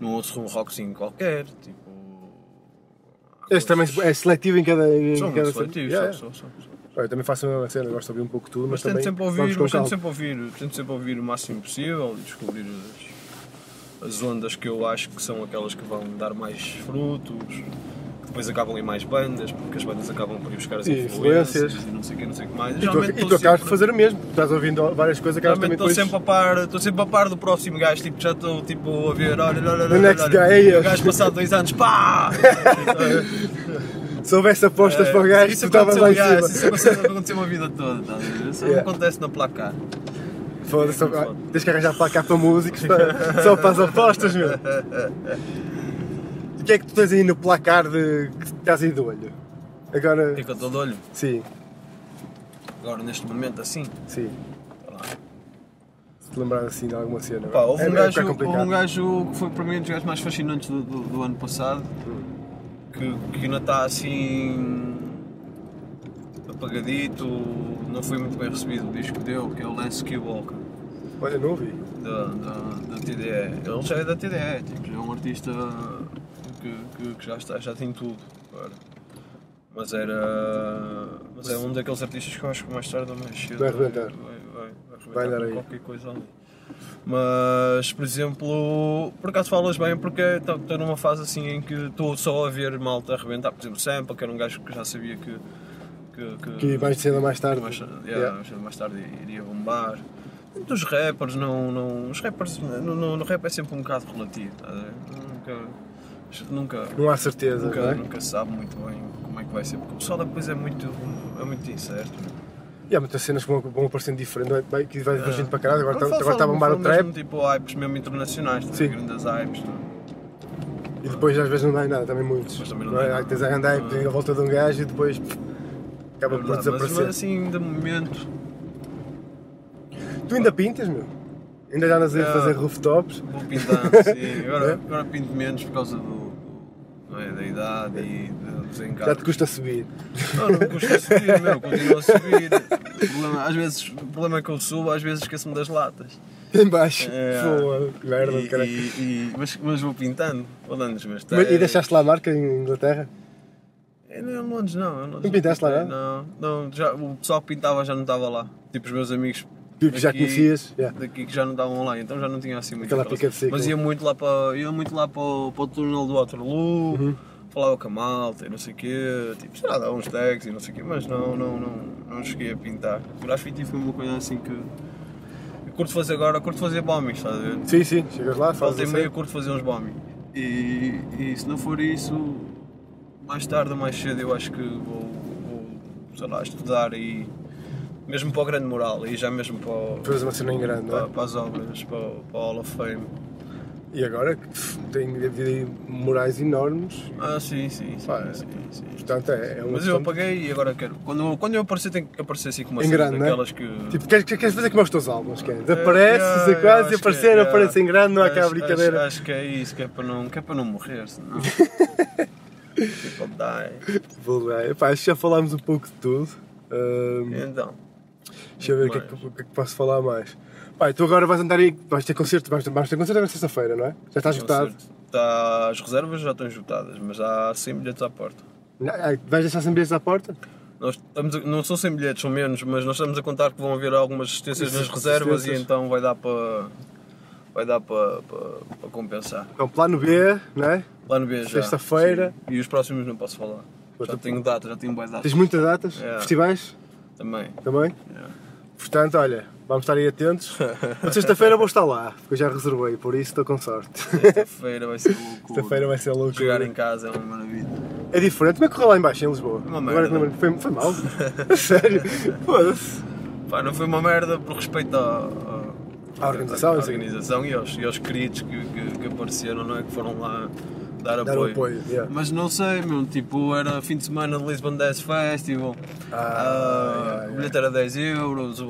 B: Não ouço um rockzinho qualquer, tipo. há
A: Este também
B: coisas-
A: é seletivo em cada. Em
B: São
A: cada
B: muito seletivos,
A: Yeah,
B: são- são- são- são.
A: yeah. Eu também faço a mesma cena, gosto de ouvir um pouco de tudo, mas,
B: Mas tento
A: também.
B: sempre
A: vamos
B: ouvir,
A: com
B: mas tento
A: calma.
B: sempre ouvir, tento sempre ouvir o máximo possível e descobrir as, as ondas que eu acho que são aquelas que vão dar mais frutos, que depois acabam em mais bandas, porque as bandas acabam por ir buscar as
A: E
B: influências,
A: influências.
B: e não sei o que, não sei o que mais.
A: E tu,
B: Geralmente
A: e
B: estou
A: tu acabas de
B: sempre-
A: fazer o mesmo, estás ouvindo várias coisas, acabas
B: geralmente
A: também
B: é? estou
A: depois.
B: sempre a par, estou sempre a par do próximo gajo, tipo, já estou tipo a ver, olha, olha, olha, olha,
A: next
B: olha,
A: guy, é
B: o gajo
A: este.
B: passado dois anos, pá!
A: Se houvesse apostas
B: É,
A: para o gajo, tu
B: isso
A: estavas
B: aconteceu,
A: lá em
B: yeah,
A: cima.
B: Isso aconteceu- aconteceu uma vida toda, tá? isso
A: Yeah.
B: acontece na placar.
A: Foda-se,
B: É, muito foda.
A: tens que arranjar para cá para músicos, para- só para as apostas, meu. O que é que tu tens aí no placar de que estás aí do olho? Agora.
B: Fica todo olho.
A: Sim,
B: Agora, neste momento, assim.
A: sim.
B: sei lá.
A: Se te lembrar assim de alguma cena.
B: Pá, houve,
A: é,
B: um
A: é
B: gajo,
A: um bocado
B: houve
A: complicado.
B: um gajo que foi para mim um dos gajos mais fascinantes do, do- do ano passado, que, que ainda está assim. apagadito, não foi muito bem recebido o disco dele, que é o Lance Keywalker,
A: Olha, não ouvi.
B: da, da, da TDE. Ele já é da TDE, tipo, já é um artista que, que- que já, está, já tem tudo agora. Mas era. Mas é um daqueles artistas que eu acho que mais tarde ou mais cedo.
A: Vai arrebentar.
B: Vai, vai,
A: Vai
B: vai
A: dar
B: arrebentar
A: aí.
B: com qualquer coisa ali. Mas, por exemplo, por acaso falas bem porque estou estou numa fase assim em que estou só a ver malta arrebentar. Por exemplo, Sampa, que era um gajo que já sabia que, que, que,
A: Que mais cedo ou mais tarde.
B: mais, eh, yeah,
A: Yeah.
B: mais cedo ou mais tarde iria bombar. Muitos rappers não. não os rappers. No, no, no rap é sempre um bocado relativo, estás a ver? Nunca. acho que Nunca,
A: Não há certeza,
B: nunca,
A: não é?
B: nunca se sabe muito bem como é que vai ser, porque o pessoal depois é muito, é muito incerto.
A: E há muitas cenas que vão, vão aparecendo diferente, não é? Bem, que vai divergindo para caralho, agora,
B: Não,
A: tá-
B: falo-
A: agora está a
B: falo-
A: bombar o
B: falo
A: trap
B: Mesmo, tipo hypes mesmo internacionais, tá?
A: Sim.
B: grandes hypes. tá?
A: e depois às vezes não dá em nada, também muitos.
B: Depois também não
A: não é?
B: dá em
A: Há que tens a
B: nada.
A: andar e pedir a volta de um gajo e depois pff,
B: É
A: acaba por
B: verdade, mas,
A: desaparecer.
B: mas assim, de momento.
A: Tu ainda pintas, meu? Ainda já andas a
B: Ah.
A: fazer rooftops?
B: Vou pintando,
A: É.
B: sim. Agora, agora pinto menos por causa do, do- não é, da idade e do- dos
A: Já te
B: encargos.
A: custa subir.
B: Não, não me custa subir, meu, continuo a subir. O problema, às vezes, o problema é que eu subo, às vezes esqueço-me das latas.
A: Em baixo.
B: É.
A: Foda, que merda,
B: E-
A: caralho.
B: e- é. e- mas, mas vou pintando, vou dando os meus
A: Mas- E
B: takes.
A: deixaste lá a marca em Inglaterra?
B: É, Não, em Londres não. Em Londres
A: Não pintaste lá
B: pintei,
A: nada?
B: Não, não já, o pessoal que pintava já não estava lá. Tipo os meus amigos.
A: Tipo, que já
B: daqui-
A: conhecias? Yeah.
B: Daqui que já não estavam lá, então já não tinha assim muito
A: Aquela
B: aquela-
A: pica de ciclo.
B: Mas ia muito lá para, ia muito lá para, o- para o túnel do Waterloo,
A: Uhum.
B: falava com a malta e não sei o quê, tipo, sei lá, dava uns tags e não sei o quê, mas não, não, não, não cheguei a pintar. Grafite foi uma coisa assim que. Eu curto fazer agora, curto fazer bombings, estás a ver?
A: Sim, sim, chegas lá, fazes
B: Falta
A: a
B: e meio, eu
A: cena.
B: curto fazer uns bombings. E, e se não for isso, mais tarde ou mais cedo eu acho que vou, vou sei lá, estudar e. Mesmo para o grande moral e já mesmo para, o-
A: Fazes uma cena em grande, não
B: para,
A: é?
B: para as obras, para, o- para o Hall of Fame.
A: E agora pff, tem havido aí morais enormes,
B: Ah, sim, sim, sim.
A: Pá,
B: sim, sim.
A: portanto é, é uma
B: Mas
A: questão-
B: eu apaguei e agora quero. Quando, quando eu aparecer, tenho que aparecer assim como
A: Em grande, não é?
B: daquelas que.
A: Tipo, queres, queres fazer como os teus álbuns, queres?
B: É,
A: Aparece,
B: yeah,
A: sei
B: yeah,
A: quase,
B: acho que
A: aparecer,
B: é, yeah.
A: aparece em grande, não há cá
B: Acho-
A: brincadeira.
B: Acho, acho que é isso, que é para não, que é para não morrer, senão. People die.
A: Vou lá. Epá, acho que já falámos um pouco de tudo. Ahm,
B: Então.
A: deixa eu ver o que, é que, o que é que posso falar mais. Pai, tu agora vais andar aí, vais ter concerto, vais, vais ter concerto agora sexta-feira, não é? Já está esgotado.
B: Está, um tá, as reservas já estão esgotadas, mas há 100 bilhetes à porta.
A: Não, ah, Vais deixar sem bilhetes à porta?
B: Nós estamos a- não são 100 bilhetes, são menos, mas nós estamos a contar que vão haver algumas assistências
A: Isso,
B: nas reservas e
A: assistências.
B: então vai dar para. Vai dar para, para, para compensar.
A: Então, plano B, não é?
B: Lá no B já.
A: Sexta-feira.
B: sim. E os próximos não posso falar.
A: Pois
B: já
A: tu-
B: tenho data, já tenho boas datas
A: Tens muitas datas,
B: Yeah.
A: festivais
B: também.
A: também.
B: Yeah.
A: Portanto, olha, vamos estar aí atentos. Mas sexta-feira vou estar lá, porque eu já reservei, por isso estou com sorte.
B: Sexta-feira vai ser loucura.
A: Sexta-feira vai ser loucura.
B: Chegar em casa é uma maravilha.
A: É diferente, como é que correu lá em baixo, em Lisboa?
B: Uma
A: Agora que
B: merda.
A: lembro- foi, foi mal. A sério? Foda-se.
B: Pá, não foi uma merda por respeito à- à
A: À organização,
B: à
A: sim.
B: organização e, aos, e aos queridos que, que, que apareceram, não é? Que foram lá dar,
A: Dar o apoio, yeah.
B: Mas não sei, meu, tipo, era fim de semana de Lisbon Dance Festival.
A: Ah,
B: Ah,
A: yeah,
B: o bilhete era 10 euros, o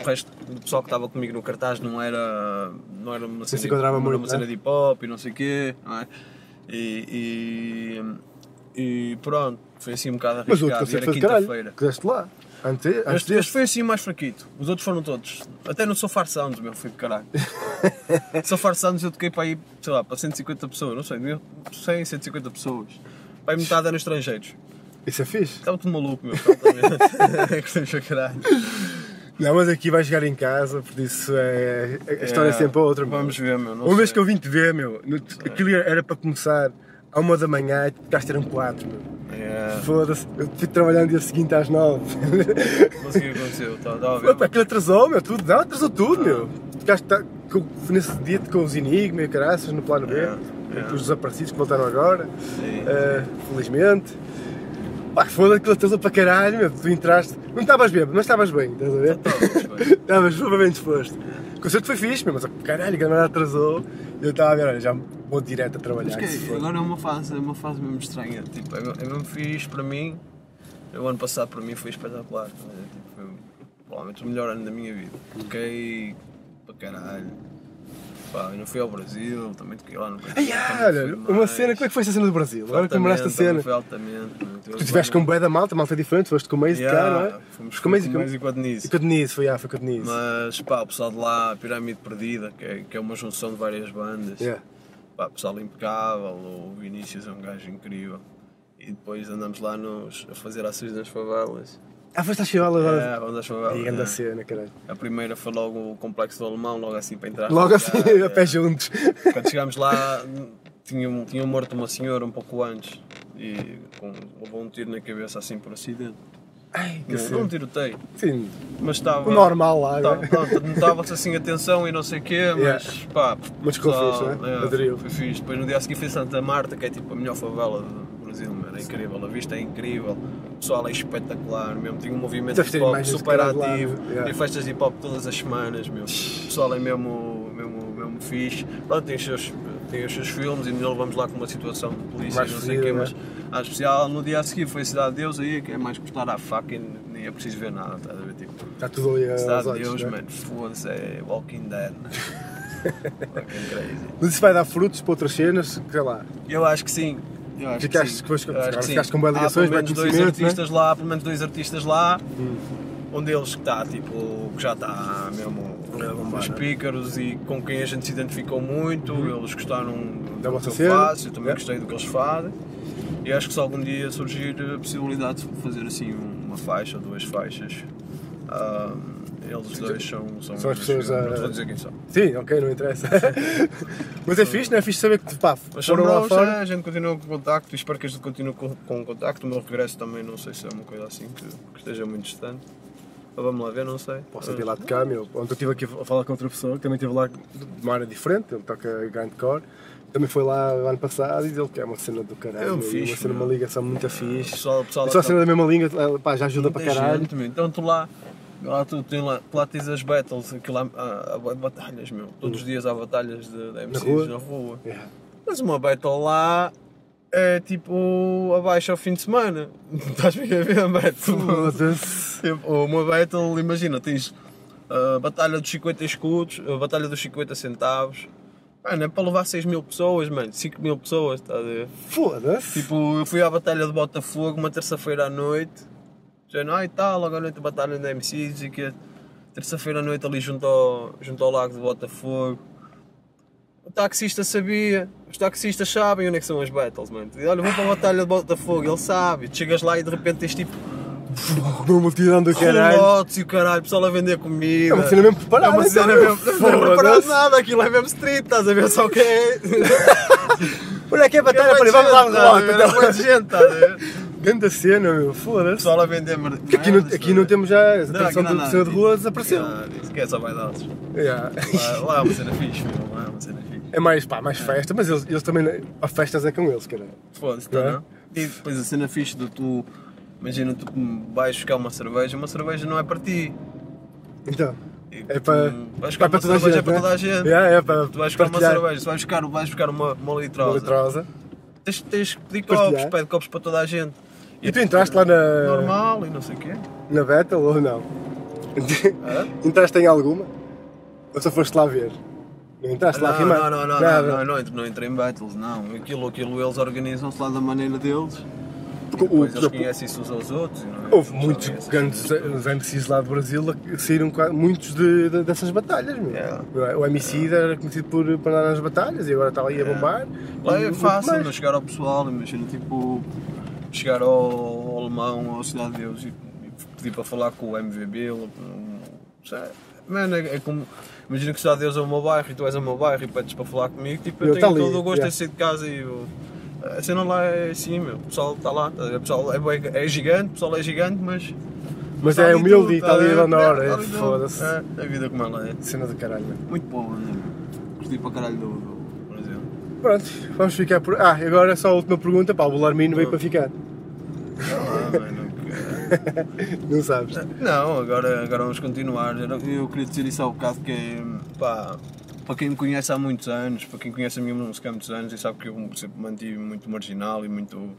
B: o resto do pessoal que estava comigo no cartaz não era. não era uma cena,
A: se encontrava
B: não era
A: muito,
B: uma
A: né?
B: cena de hip hop e não sei o quê, não é? E, e, e pronto, foi assim um bocado
A: Mas o outro
B: arriscado. e
A: concerto
B: era
A: foi de caralho.
B: quinta-feira.
A: Quiseste lá. Antes, antes
B: Este, este
A: deste.
B: foi assim o mais fraquito, os outros foram todos. Até no Sofar Sounds, meu, foi de caralho. Sofar Sounds eu toquei para aí, sei lá, para 150 pessoas, não sei, mil- 100, 150 pessoas. Para aí metade eram estrangeiros.
A: Isso é fixe.
B: Estava tudo maluco, meu, tá completamente. Gostei para caralho.
A: Não, mas aqui vais chegar em casa, por isso é. A a história é, sempre outra. meu.
B: Vamos ver, meu. não
A: Uma vez
B: sei. É.
A: que eu vim te ver, meu, no- aquilo era era para começar à uma da manhã e tu ficaste eram quatro, meu.
B: É,
A: Foda-se, eu fui trabalhar no dia seguinte às nove.
B: não sei o que aconteceu. Estava a ver.
A: Opa, Aquilo atrasou, meu, tudo, não, atrasou tudo, meu. Ficaste tá, com, nesse dia com os Enigma e caraças no plano B,
B: É, é.
A: com os desaparecidos que voltaram agora,
B: Sim.
A: eh, felizmente. Pá, foda-se, aquilo atrasou para caralho, meu, tu entraste, não estavas bem, mas estavas bem, estás a ver?
B: Estava
A: Estavas super bem disposto. O concerto foi fixe, meu, mas caralho, que a merda atrasou. E eu estava a ver, olha, já vou direto a trabalhar. que se
B: Mas que,
A: foda.
B: agora é uma fase, é uma fase mesmo estranha. Tipo, é, é mesmo fixe para mim. O ano passado para mim foi espetacular. né? Tipo, foi provavelmente o melhor ano da minha vida. Toquei para caralho. Pá, eu não fui ao Brasil, também toquei lá no Brasil.
A: Ai,
B: também
A: olha,
B: fui
A: uma
B: mais.
A: cena, como é que foi essa cena do Brasil? Agora que lembraste a
B: Altamente, também
A: cena.
B: Foi altamente. né?
A: Tu estiveste com um bué da malta, malta diferente, foste com o Maze de cá, não é?
B: Fomos
A: Foste
B: com
A: com o Maze e
B: o
A: com-
B: Maze e com a Denise.
A: e com o Denise, foi, ah, foi com o Denise.
B: Mas pá, o pessoal de lá, a Pirâmide Perdida, que é, que é uma junção de várias bandas.
A: Yeah.
B: Pá, o pessoal é impecável, o Vinícius é um gajo incrível. E depois andamos lá nos, a fazer ações nas favelas.
A: Ah, foste à Chiola agora.
B: É, vamos às favelas.
A: E grande
B: é.
A: a cena, caralho.
B: A primeira foi logo o Complexo do Alemão, logo assim para entrar.
A: Logo assim,
B: Yeah,
A: a pé
B: yeah.
A: juntos.
B: Quando chegámos lá, tinha, tinha um morto uma senhora um pouco antes. E com, levou um tiro na cabeça assim por acidente.
A: Ai, que
B: Não, não tiroteio.
A: Sim,
B: Mas estava.
A: o normal lá,
B: Tá,
A: não é?
B: pronto, notava-se assim a tensão e não sei o quê, mas pá.
A: Mas ficou
B: só-
A: fixe, não é?
B: é,
A: Aderiu.
B: Foi fixe. Depois no dia a seguir fui Santa Marta, que é tipo a melhor favela do Brasil, mano. É incrível, a vista é incrível, o pessoal é espetacular, mesmo. Tinha um movimento
A: Deve
B: de
A: ter
B: hip hop
A: imagens de
B: super
A: cada lado,
B: ativo,
A: yeah.
B: tem festas de hip hop todas as semanas, meu. O pessoal é mesmo, mesmo, mesmo fixe. Pronto, tem os seus, tem os seus filmes e nós vamos lá com uma situação de polícia
A: Mais
B: e não sei o
A: fodida,
B: quê,
A: né?
B: mas a especial no dia a seguir foi a Cidade de Deus, aí que é mais custar à faca e nem é preciso ver nada, estás a ver? Tipo,
A: Está Tá tudo ali aos
B: Cidade de
A: olhos.
B: Deus,
A: não é?
B: mano, foda-se, é Walking Dead. mano. Fucking crazy.
A: Mas isso vai dar frutos para outras cenas, sei lá.
B: Eu acho que sim. Eu acho
A: Ficaste
B: que
A: com as-
B: sim. Eu acho
A: agora
B: que sim.
A: ficaste com boas
B: Há
A: ligações,
B: pelo menos
A: bem né? Hum.
B: dois
A: conhecimento,
B: artistas lá, pelo menos dois artistas lá, um deles que está tipo, que já está mesmo
A: A bombar,
B: os
A: né? Uhum.
B: pícaros e com quem a gente se identificou muito, eles gostaram
A: Da
B: do
A: vossa
B: que eu
A: cena.
B: faço, eu também
A: É.
B: gostei do que eles fazem. E acho que se algum dia surgir a possibilidade de fazer assim uma faixa, duas faixas, ah, eles dois são, são,
A: São as pessoas a-
B: Não te vou dizer quem são.
A: Sim, ok, não interessa. Mas é fixe, não é fixe saber que pá,
B: Mas é.
A: foram lá
B: somos
A: fora.
B: a gente continua com contacto e espero que a gente continue com, com contacto. O meu regresso também não sei se é uma coisa assim que, que esteja muito distante. Ou vamos lá ver, não sei.
A: Posso ir lá de cá, meu. Ontem eu estive aqui a falar com outra pessoa que também esteve lá de uma área diferente, ele toca grindcore. Também foi lá o ano passado e ele que é uma cena do caralho.
B: É um
A: meu,
B: fixe,
A: uma cena,
B: meu.
A: uma ligação muito
B: O
A: fixe.
B: pessoal, o pessoal
A: É
B: lá
A: só a
B: tá-
A: cena da mesma língua, eh, pá, já ajuda para
B: muita
A: caralho.
B: gente, meu. Então tu lá, lá tu tem lá, lá tens as battles, aquilo há, há- há batalhas, meu. Todos os dias há batalhas de, de MCs
A: Hum. rua?
B: na rua.
A: Yeah.
B: Mas uma battle lá é tipo abaixo ao fim de semana. Estás bem a ver a battle?
A: Foda-se.
B: Tipo, uma battle, imagina, tens a batalha dos 50 escudos, a batalha dos 50 centavos. Mano, é para levar 6 mil pessoas, mano, 5 mil pessoas, estás a ver?
A: Foda-se.
B: Tipo, eu fui à batalha de Botafogo uma terça-feira à noite. Já não, ai tal, agora à noite a batalha da MCs e que terça-feira à noite ali junto ao, junto ao lago de Botafogo. O taxista sabia, os taxistas sabem onde é que são as battles, mano. E Olha, vou para a batalha de Botafogo, ele sabe. E tu chegas lá e de repente tens tipo
A: Uma multidão do caralho.
B: Relotes e o caralho, pessoal a vender comida.
A: É uma cena mesmo
B: É
A: preparada.
B: uma cena
A: então,
B: mesmo. Não é preparado
A: Foda-se.
B: nada, aquilo é mesmo street, estás a ver só o que é.
A: Olha aqui a batalha,
B: Aquilo é
A: peraí, vamos lá,
B: gente,
A: vamos
B: estás
A: lá.
B: a ver? É
A: então.
B: bué de gente, estás a ver?
A: Grande cena, meu. Foda-se.
B: Pessoal a vender merda.
A: Porque aqui não, aqui não temos já. A tradição
B: aqui não há
A: do cena de
B: nada. tipo,
A: rua desapareceu.
B: Que é só vaidades.
A: Yeah.
B: Lá- Lá é uma cena fixe, meu, lá é uma cena fixe.
A: É mais, pá, mais festa, mas eles, eles também. Há festas é com eles, caralho.
B: Foda-se,
A: Não
B: tá,
A: é?
B: não? E depois a cena fixe de tu. Imagina, tu vais buscar uma cerveja, uma cerveja não é para ti.
A: Então.
B: E
A: É
B: tu
A: para-
B: Hum, Vais
A: É
B: buscar
A: para
B: uma
A: toda a
B: cerveja,
A: gente.
B: é para toda a
A: né?
B: gente.
A: Yeah, é para
B: Tu vais buscar uma
A: partilhar.
B: cerveja, tu vais buscar, vais buscar uma, uma
A: Uma
B: litrosa.
A: litrosa.
B: tens, tens que pedir
A: Partilhar.
B: copos, pede copos para toda a gente. É
A: E tu entraste lá na-
B: Normal e não sei o quê.
A: Na Battle ou não?
B: Hã?
A: Entraste em alguma? Ou só foste lá ver? Não entraste lá
B: Não,
A: rimar?
B: não, não, não, não,
A: Nada.
B: não, não, entro- não entro em battles, não. Aquilo, aquilo, eles organizam-se lá da maneira deles.
A: Porque o-
B: Depois
A: por
B: eles
A: exemplo,
B: conhecem-se uns aos outros. e não é?
A: Houve
B: Eles
A: muitos
B: sabem essas
A: grandes
B: coisas.
A: os MCs lá do Brasil que saíram qua- muitos de- de- dessas batalhas, meu.
B: Yeah.
A: Não é? O MC era conhecido por, por andar nas batalhas e agora está ali a bombar.
B: Lá
A: E
B: é
A: muito
B: fácil,
A: mais.
B: mas chegar ao pessoal, imagina, tipo, chegar ao, ao alemão, ao Cidade de Deus e, e pedir para falar com o MVB, ou com- sei lá. Mano, é, é como. Imagina que o Cidade de Deus é o meu bairro e tu és o meu bairro e pedes para falar comigo, tipo, eu,
A: Eu,
B: tenho
A: tá ali,
B: todo o gosto
A: yeah.
B: de sair de casa e eu. A cena lá é assim, meu. O pessoal está lá, tá a ver? o pessoal é, bué- é gigante, o pessoal é gigante, mas.
A: Mas
B: tá
A: é
B: ali
A: humilde
B: tudo,
A: e está
B: a
A: ali
B: ver?
A: a na
B: É, tá
A: hora.
B: ali tudo.
A: Foda-se.
B: É, a vida como ela é.
A: Cena do caralho. meu.
B: Muito boa, né? Curti para caralho do, do Brasil.
A: Pronto, vamos ficar por. Ah, agora é só a última pergunta. Pá, o Larmino veio para ficar.
B: Ah, mano, que-
A: Não sabes? Ah,
B: Não, agora, agora vamos continuar. Eu, eu queria dizer isso há bocado que é, pá, para quem me conhece há muitos anos, para quem conhece a minha música há muitos anos e sabe que eu sempre mantive muito marginal e muito,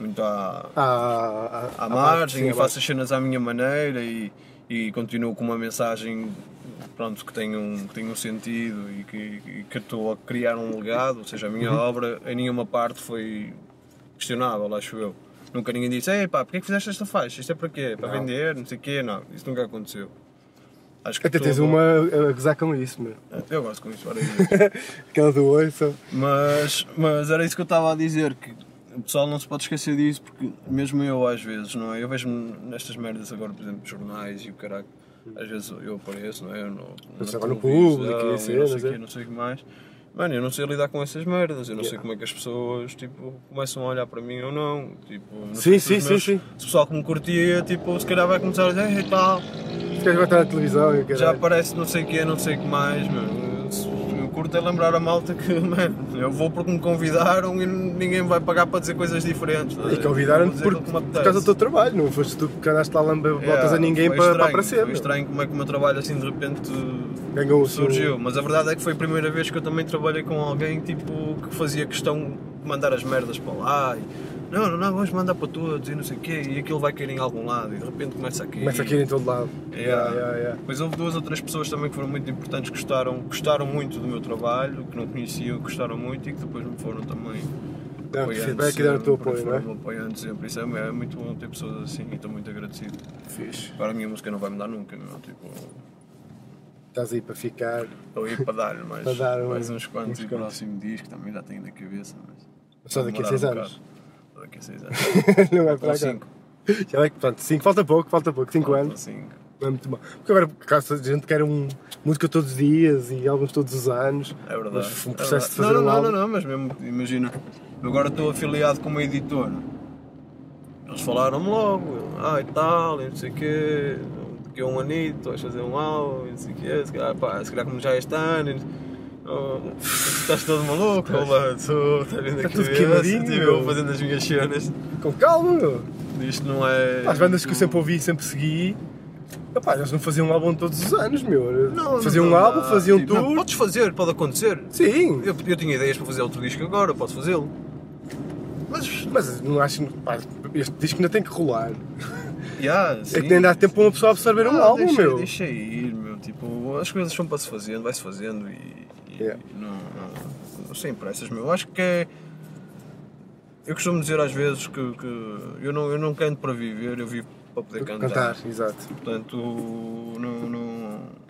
B: muito à,
A: À, à,
B: à
A: à
B: margem
A: ah, sim, à
B: e faço as cenas à minha maneira e, e continuo com uma mensagem pronto, que, tem um, que tem um sentido e que, e que estou a criar um legado, ou seja, a
A: Uhum.
B: minha obra em nenhuma parte foi questionável, acho eu. Nunca ninguém disse, ei pá, porquê é que fizeste esta faixa? Isto é para quê? Para
A: Não.
B: vender? Não sei o quê? Não, isso nunca aconteceu. Acho que
A: Até tens
B: todo-
A: uma a a gozar com isso, meu.
B: Eu gosto com isso, olha
A: Aquela do oi, só.
B: Mas, mas era isso que eu estava a dizer, que o pessoal não se pode esquecer disso, porque mesmo eu às vezes, não é? Eu vejo-me nestas merdas agora, por exemplo, jornais e o caralho, às vezes eu apareço, não é? No, na
A: Mas agora no
B: televisão
A: público e
B: e não
A: cenas,
B: sei o
A: é?
B: quê, não sei o que mais. Mano, eu não sei lidar com essas merdas, eu não
A: Yeah.
B: sei como é que as pessoas tipo, começam a olhar para mim ou não. Tipo, não
A: Sim,
B: sei se os
A: sim,
B: meus-
A: sim, sim.
B: Se o pessoal que me curtia, tipo, se calhar vai começar a dizer, "Ei, tal,
A: Se queres estar na televisão, eu quero.
B: já aparece não sei o que é, não sei o que mais, meu. Se- Eu curto é lembrar a malta que, mano, eu vou porque me convidaram e ninguém me vai pagar para dizer coisas diferentes. tá a
A: E
B: ver?
A: convidaram-te
B: Vou dizer
A: por,
B: aquilo que me
A: por causa do
B: apetece.
A: teu trabalho, não foste tu que andaste lá a lamber botas
B: Yeah,
A: a ninguém
B: foi
A: para, para
B: estranho,
A: aparecer.
B: Foi
A: meu.
B: estranho como é que o meu trabalho assim de repente
A: Ganhou o seu-
B: surgiu. Mas a verdade é que foi a primeira vez que eu também trabalhei com alguém tipo, que fazia questão de mandar as merdas para lá. E, não, não, não, vamos mandar para todos e não sei o quê. E aquilo vai cair em algum lado e de repente começa a cair.
A: Começa a cair em todo lado.
B: Yeah.
A: Yeah, yeah, yeah.
B: Mas houve duas ou três pessoas também que foram muito importantes, que gostaram, gostaram muito do meu trabalho, que não conheciam, que gostaram muito e que depois me foram também
A: Dão-te
B: apoiando
A: feedback e deram o teu apoio, não
B: foram
A: é?
B: me apoiando sempre. Isso é, é muito bom ter pessoas assim e estou muito agradecido.
A: Fixe.
B: Agora a minha música não vai mudar nunca, não? Tipo,
A: Estás aí para ficar.
B: estou aí para dar mais,
A: Para dar
B: mais
A: um-
B: uns quantos
A: uns
B: e o
A: quantos.
B: próximo disco também já tenho na cabeça. Mas
A: Só daqui a
B: demorar
A: seis
B: um
A: anos.
B: bocado. Só daqui a seis anos.
A: não vai para
B: Faltam
A: agora.
B: cinco.
A: Já vai, pronto, cinco, falta pouco, falta pouco, cinco
B: Faltam
A: anos.
B: cinco.
A: É muito bom. Porque agora, caso a gente quer um, música todos os dias e álbuns todos os anos.
B: É verdade.
A: Mas foi um
B: É
A: processo de fazer
B: verdade. não,
A: um
B: não,
A: álbum.
B: Não, não, mas mesmo, imagina, eu agora estou afiliado com uma editora. Eles falaram-me logo, ah e tal, e não sei o quê, daqui a um anito vais fazer um álbum, e não sei o quê, se calhar, pá, se calhar como já é este ano, e- Oh, estás todo maluco, lá, estou, estás vendo
A: Está
B: aqui, tipo,
A: tudo queimadinho,
B: eu
A: meu.
B: fazendo as minhas cenas,
A: Com calma, meu.
B: isto não é...
A: As bandas que eu
B: muito-
A: sempre ouvi e sempre segui. Epá, eles não faziam um álbum todos os anos, meu.
B: Não,
A: faziam
B: não
A: um
B: dá.
A: álbum, faziam um
B: Tipo, não,
A: tour.
B: Podes fazer, pode acontecer,
A: Sim.
B: eu, eu tinha ideias para fazer outro disco agora, posso fazê-lo, mas
A: Mas não acho. Pá, este disco ainda tem que rolar.
B: Yeah, Ah,
A: é que nem dá tempo a uma pessoa absorver um álbum,
B: deixa,
A: meu.
B: Deixa ir, meu. Tipo, as coisas são para se fazendo, vai-se fazendo e. e
A: Yeah.
B: não, não, não sem pressas, meu. Eu Acho que é. Eu costumo dizer às vezes que, que eu, não, eu não canto para viver, eu vivo para poder cantar.
A: Cantar, exato.
B: Portanto, não.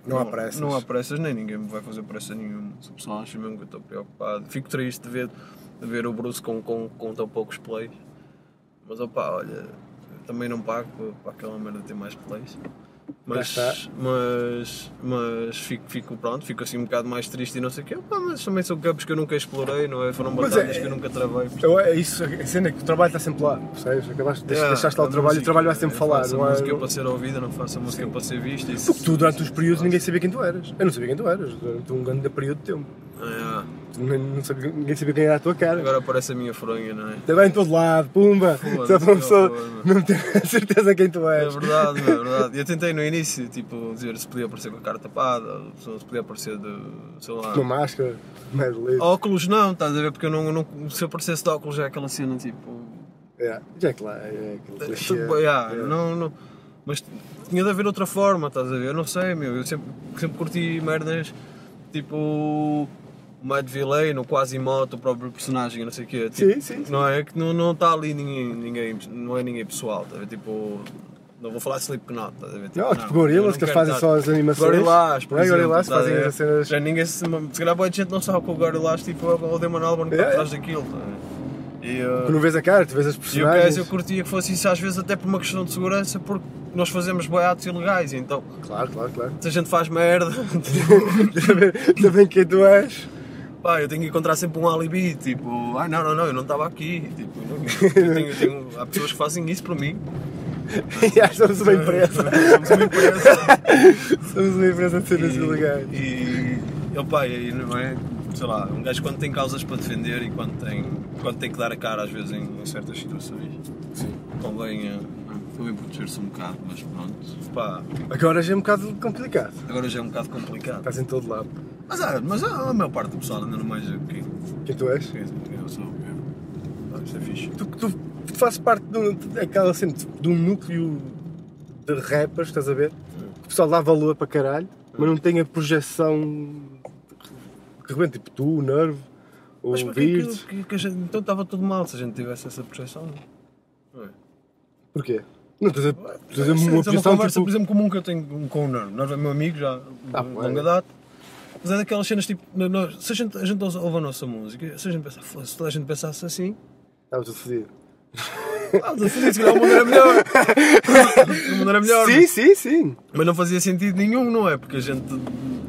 B: Não,
A: Não há pressas.
B: Não há pressas, nem ninguém me vai fazer pressa nenhuma. Se o pessoal acha mesmo que eu estou preocupado, fico triste de ver, de ver o Bruce com, com, com tão poucos plays. Mas opá, olha, também não pago para- para aquela merda ter mais plays.
A: Já
B: Mas,
A: está.
B: mas, mas fico, fico, pronto, fico assim um bocado mais triste e não sei o quê. Opá, mas também são campos que eu nunca explorei, não é? Foram
A: Mas
B: batalhas
A: é-
B: que eu nunca travei. portanto,
A: Eu- é isso, a cena é que o trabalho está sempre lá, percebes? Acabaste, deix-
B: yeah,
A: deixaste lá o
B: a
A: trabalho e o
B: É, música,
A: trabalho vai sempre
B: eu
A: falar,
B: Faço
A: não
B: a
A: é?
B: música para ser ouvida, não faço a música para ser vista. Isso,
A: Porque tu, durante os períodos, ninguém sabia quem tu eras. Eu não sabia quem tu eras, durante um grande período de tempo.
B: Ah,
A: Tu nem- não sabia- ninguém sabia quem era a tua
B: é.
A: cara.
B: Agora aparece a minha fronha, não é?
A: Também em todo lado, pumba!
B: Foda-se,
A: Só para uma
B: que
A: pessoa
B: horror,
A: não ter a certeza quem tu
B: É
A: és.
B: verdade, meu, é verdade. Eu tentei no início, tipo, dizer se podia aparecer com a cara tapada, ou se podia aparecer de, sei lá...
A: Uma máscara, mais liso.
B: Óculos não, estás a ver? Porque eu não, não- se eu aparecesse de óculos já é aquela cena, tipo...
A: É, Já é claro, é aquele clichê.
B: tudo bem, ah,
A: É.
B: não, não, mas tinha de haver outra forma, estás a ver? Eu não sei, meu, eu sempre, sempre curti merdas, tipo... Mad Villain, no Quasimoto, o próprio personagem, não sei o quê. Tipo,
A: Sim, sim, sim.
B: Não é que não não está ali ninguém, ninguém, não é ninguém pessoal, estás a ver? Tipo... Não vou falar de Slipknot, estás a ver?
A: Não, tipo
B: eu
A: gorilas
B: não
A: que eles
B: quero
A: fazem
B: estar-
A: só as animações.
B: Gorilás, por
A: Não é?
B: exemplo,
A: Gorilás
B: estás a
A: fazem
B: ver?
A: as cenas.
B: Já ninguém se. Se calhar boa gente não sabe que o Gorilás tipo, é o Damon Albarn que está
A: É.
B: atrás daquilo. tá a ver? E,
A: Tu
B: uh,
A: não vês a cara, tu vês as
B: e o gajo eu
A: personagens.
B: curtia que fosse isso às vezes até por uma questão de segurança, porque nós fazemos boiados ilegais, então
A: Claro, claro, claro.
B: se a gente faz merda, tipo,
A: Também quem tu és.
B: pá, eu tenho que encontrar sempre um alibi, tipo, ai não, não, não, eu não estava aqui. Tipo, eu não- eu tenho- eu tenho- há pessoas que fazem isso para mim.
A: E acho que somos uma empresa.
B: Somos uma empresa.
A: Somos uma empresa de cenas ilegais.
B: E, e opa, e aí, não é? Sei lá, um gajo quando tem causas para defender e quando tem, quando tem que dar a cara às vezes em, em certas situações, convém, eh, convém proteger-se um bocado, mas pronto. Pá,
A: Agora já é um bocado complicado.
B: agora já é um bocado complicado.
A: Estás em todo lado.
B: Mas, ah, mas ah, a maior parte do pessoal ainda não mais o que
A: Quem tu és?
B: eu sou. eu- pá, Isto é fixe.
A: Tu, tu, tu fazes parte de um, daquela cena, de, de um núcleo de rappers, estás a ver? Que o pessoal dá valor para caralho, mas não tem a projeção que rebenta, tipo tu, o Nervo, ou
B: Mas
A: o
B: porquê que,
A: Bird.
B: que- que a gente, então estava tudo mal se a gente tivesse essa projeção? Não é?
A: Porquê? Não, estás a, estás a
B: Sim,
A: uma
B: mas é uma
A: projeção
B: conversa, por
A: tipo...
B: exemplo, comum que eu tenho com- com o Nervo. Nós é meu amigo já de
A: Ah, pô,
B: longa
A: é.
B: data. Mas é daquelas cenas tipo. no- nós- se a gente, a gente ouve ouve a nossa música, se a gente pensasse, "Foda-se, se toda a gente pensasse assim,
A: Estava tudo fodido.
B: ah, mas assim, se calhar o mundo era melhor. o mundo era melhor.
A: Sim, sim, sim.
B: Mas é? não fazia sentido nenhum, não é? Porque a gente,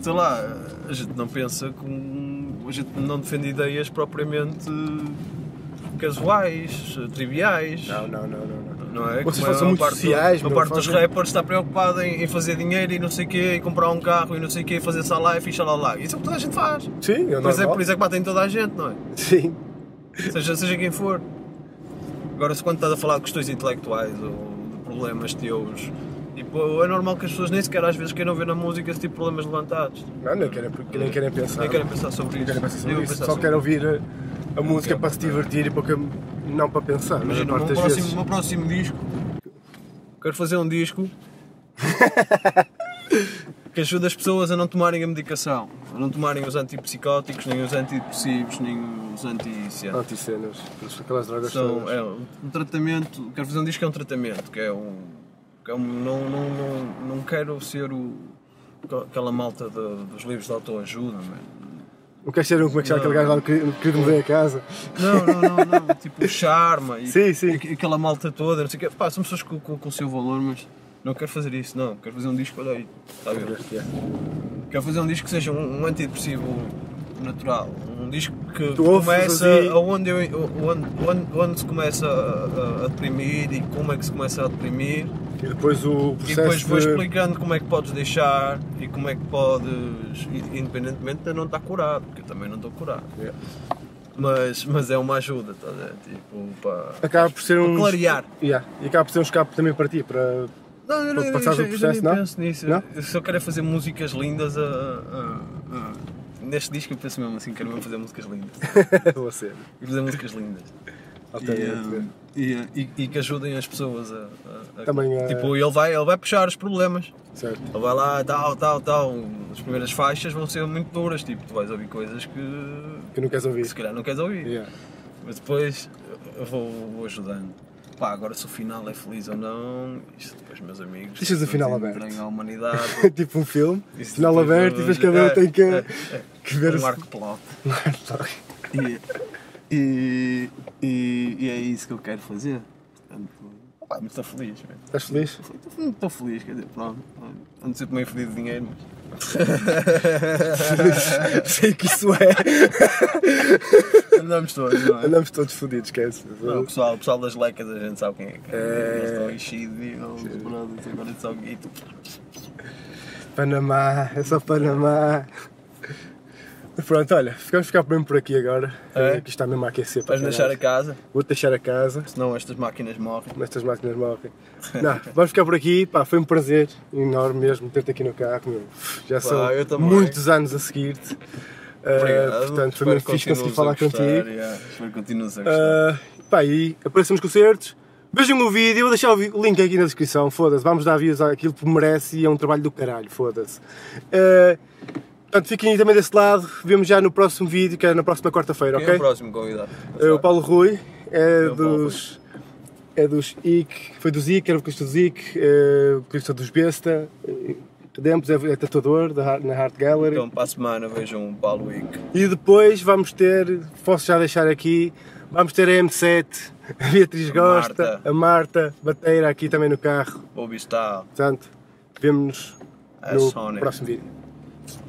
B: sei lá, a gente não pensa com. a gente não defende ideias propriamente casuais, triviais.
A: Não, não, não, não. não.
B: Não é?
A: Vocês
B: Como é,
A: são
B: a
A: muito
B: parte, do-
A: sociais,
B: A
A: meu,
B: parte dos
A: fazem-
B: rappers está preocupada em, em fazer dinheiro e não sei o quê, e comprar um carro e não sei o quê, e fazer life e xalala. Isso é o que toda a gente faz.
A: Sim, eu não.
B: Mas é por isso é que batem em toda a gente, não é?
A: Sim.
B: seja, seja quem for. Agora, se quando estás a falar de questões intelectuais ou de problemas teus, tipo, é normal que as pessoas nem sequer às vezes queiram ver na música esse tipo de problemas levantados.
A: Não, nem querem, nem querem pensar.
B: Nem querem pensar sobre
A: Nem
B: isso.
A: querem pensar sobre
B: Nem vão
A: isso.
B: pensar
A: Só
B: sobre
A: querem ouvir a- a, música
B: quero.
A: para se divertir e para que, não para pensar. Mas a
B: Imagina, o
A: parte
B: meu
A: das
B: próximo,
A: vezes.
B: o meu próximo disco. Quero fazer um disco que ajude as pessoas a não tomarem a medicação, a não tomarem os antipsicóticos, nem os antidepressivos, nem os anti
A: Anticenas. Aquelas drogas
B: São,
A: todas.
B: é, um tratamento. Quero fazer um disco que é um tratamento, que é um. Que é um não, não, não, não quero ser o, aquela malta de- dos livros de autoajuda, mano.
A: Não queres ser um como é que chama aquele gajo lá no querido no querido me veio a casa?
B: Não, não, não, não. tipo, o charma e,
A: Sim, sim.
B: e aquela malta toda, não sei o quê. Pá, são pessoas com, com, com o seu valor, mas não quero fazer isso, não. Quero fazer um disco, olha aí. Está a ver? Quero fazer um disco que seja um, um antidepressivo natural. Um disco que
A: Tu ouves assim?
B: começa
A: ali-
B: aonde, eu, onde, onde, onde se começa a, a- a deprimir e como é que se começa a deprimir.
A: E depois o
B: E
A: processo.
B: depois vou
A: de-
B: explicando como é que podes deixar e como é que podes, i- independentemente de não estar curado, porque eu também não estou curado.
A: Yeah.
B: Mas, mas é uma ajuda, tá, a ver? Tipo, para
A: Acaba por ser um.
B: clarear.
A: Yeah. E acaba por ser um escape também para ti, para.
B: Não,
A: Para
B: eu, não- eu,
A: passar
B: já-
A: o
B: eu já
A: processo,
B: nem
A: não?
B: penso nisso.
A: Não?
B: Eu só quero é fazer músicas lindas a, a- a- Neste disco eu penso mesmo assim, quero mesmo fazer músicas lindas.
A: Você.
B: E fazer músicas lindas. E,
A: Altamente.
B: hum, E, e- e que ajudem as pessoas a. a- a-
A: Também é-
B: Tipo, ele vai, ele vai puxar os problemas.
A: Certo.
B: Ele Então vai lá, tal, tal, tal. As primeiras faixas vão ser muito duras, tipo, tu vais ouvir coisas que.
A: Que não queres
B: que
A: ouvir.
B: se calhar não queres ouvir.
A: Yeah.
B: Mas depois eu vou, vou ajudando. Pá, agora se o final é feliz ou não, isto depois, meus amigos.
A: Deixas o final
B: depois
A: aberto.
B: entregam à humanidade.
A: tipo um filme,
B: Isso
A: final
B: depois
A: aberto e
B: eu-
A: depois cada um
B: é,
A: tem que,
B: é,
A: que ver
B: um
A: o
B: arco plot. E, e, e, e é isso que eu quero fazer. Portanto, pá, muito estou feliz. velho.
A: Estás feliz?
B: Estou muito estou feliz, quer dizer, pronto. Ando sempre meio fedido de dinheiro, mas.
A: Sei que isso é.
B: Andamos todos, não é?
A: Andamos todos fodidos, esquece.
B: Não, o, pessoal, o pessoal das lecas a gente sabe quem é. que
A: É.
B: Eles estão enchidos e não, os brothers agora são guito.
A: Panamá, é só Panamá. Pronto, olha, ficamos ficar mesmo por aqui agora.
B: É?
A: Eh, Que está mesmo a aquecer. para
B: Vais deixar a
A: caralho.
B: casa,
A: Vou deixar a casa.
B: é senão estas máquinas morrem.
A: Nestas máquinas morrem. Não, vamos ficar por aqui. Pá, foi um prazer enorme mesmo ter-te aqui no carro. Meu. Já são
B: eu também.
A: muitos anos a seguir-te. Eh, portanto, foi
B: Espero
A: mesmo
B: que
A: fixe conseguir
B: continues
A: falar
B: a gostar,
A: contigo.
B: yeah. Espero que continues a gostar.
A: Uh, pá, e apareçam nos concertos. Vejam o vídeo, eu vou deixar o vi- o link aqui na descrição, foda-se, vamos dar views àquilo que merece e é um trabalho do caralho, foda-se. Uh, portanto, fiquem aí também desse lado, vemos já no próximo vídeo, que é na próxima quarta-feira,
B: Quem é
A: ok?
B: o próximo convidado?
A: Uh, o Paulo Rui é
B: o Paulo
A: dos. É dos IC, foi do IC, era vocalista do IC, é vocalista dos Besta, eh, Dempos é, é tatuador da, Har- na Heart Gallery.
B: Então, para a semana vejam o Paulo Wick.
A: E depois vamos ter, posso já deixar aqui, vamos ter a M7, a Beatriz
B: A
A: Gosta,
B: Marta.
A: a Marta Bateira aqui também no carro.
B: Bobby Stahl,
A: Portanto, vemo-nos
B: a
A: no
B: Sonic.
A: próximo vídeo.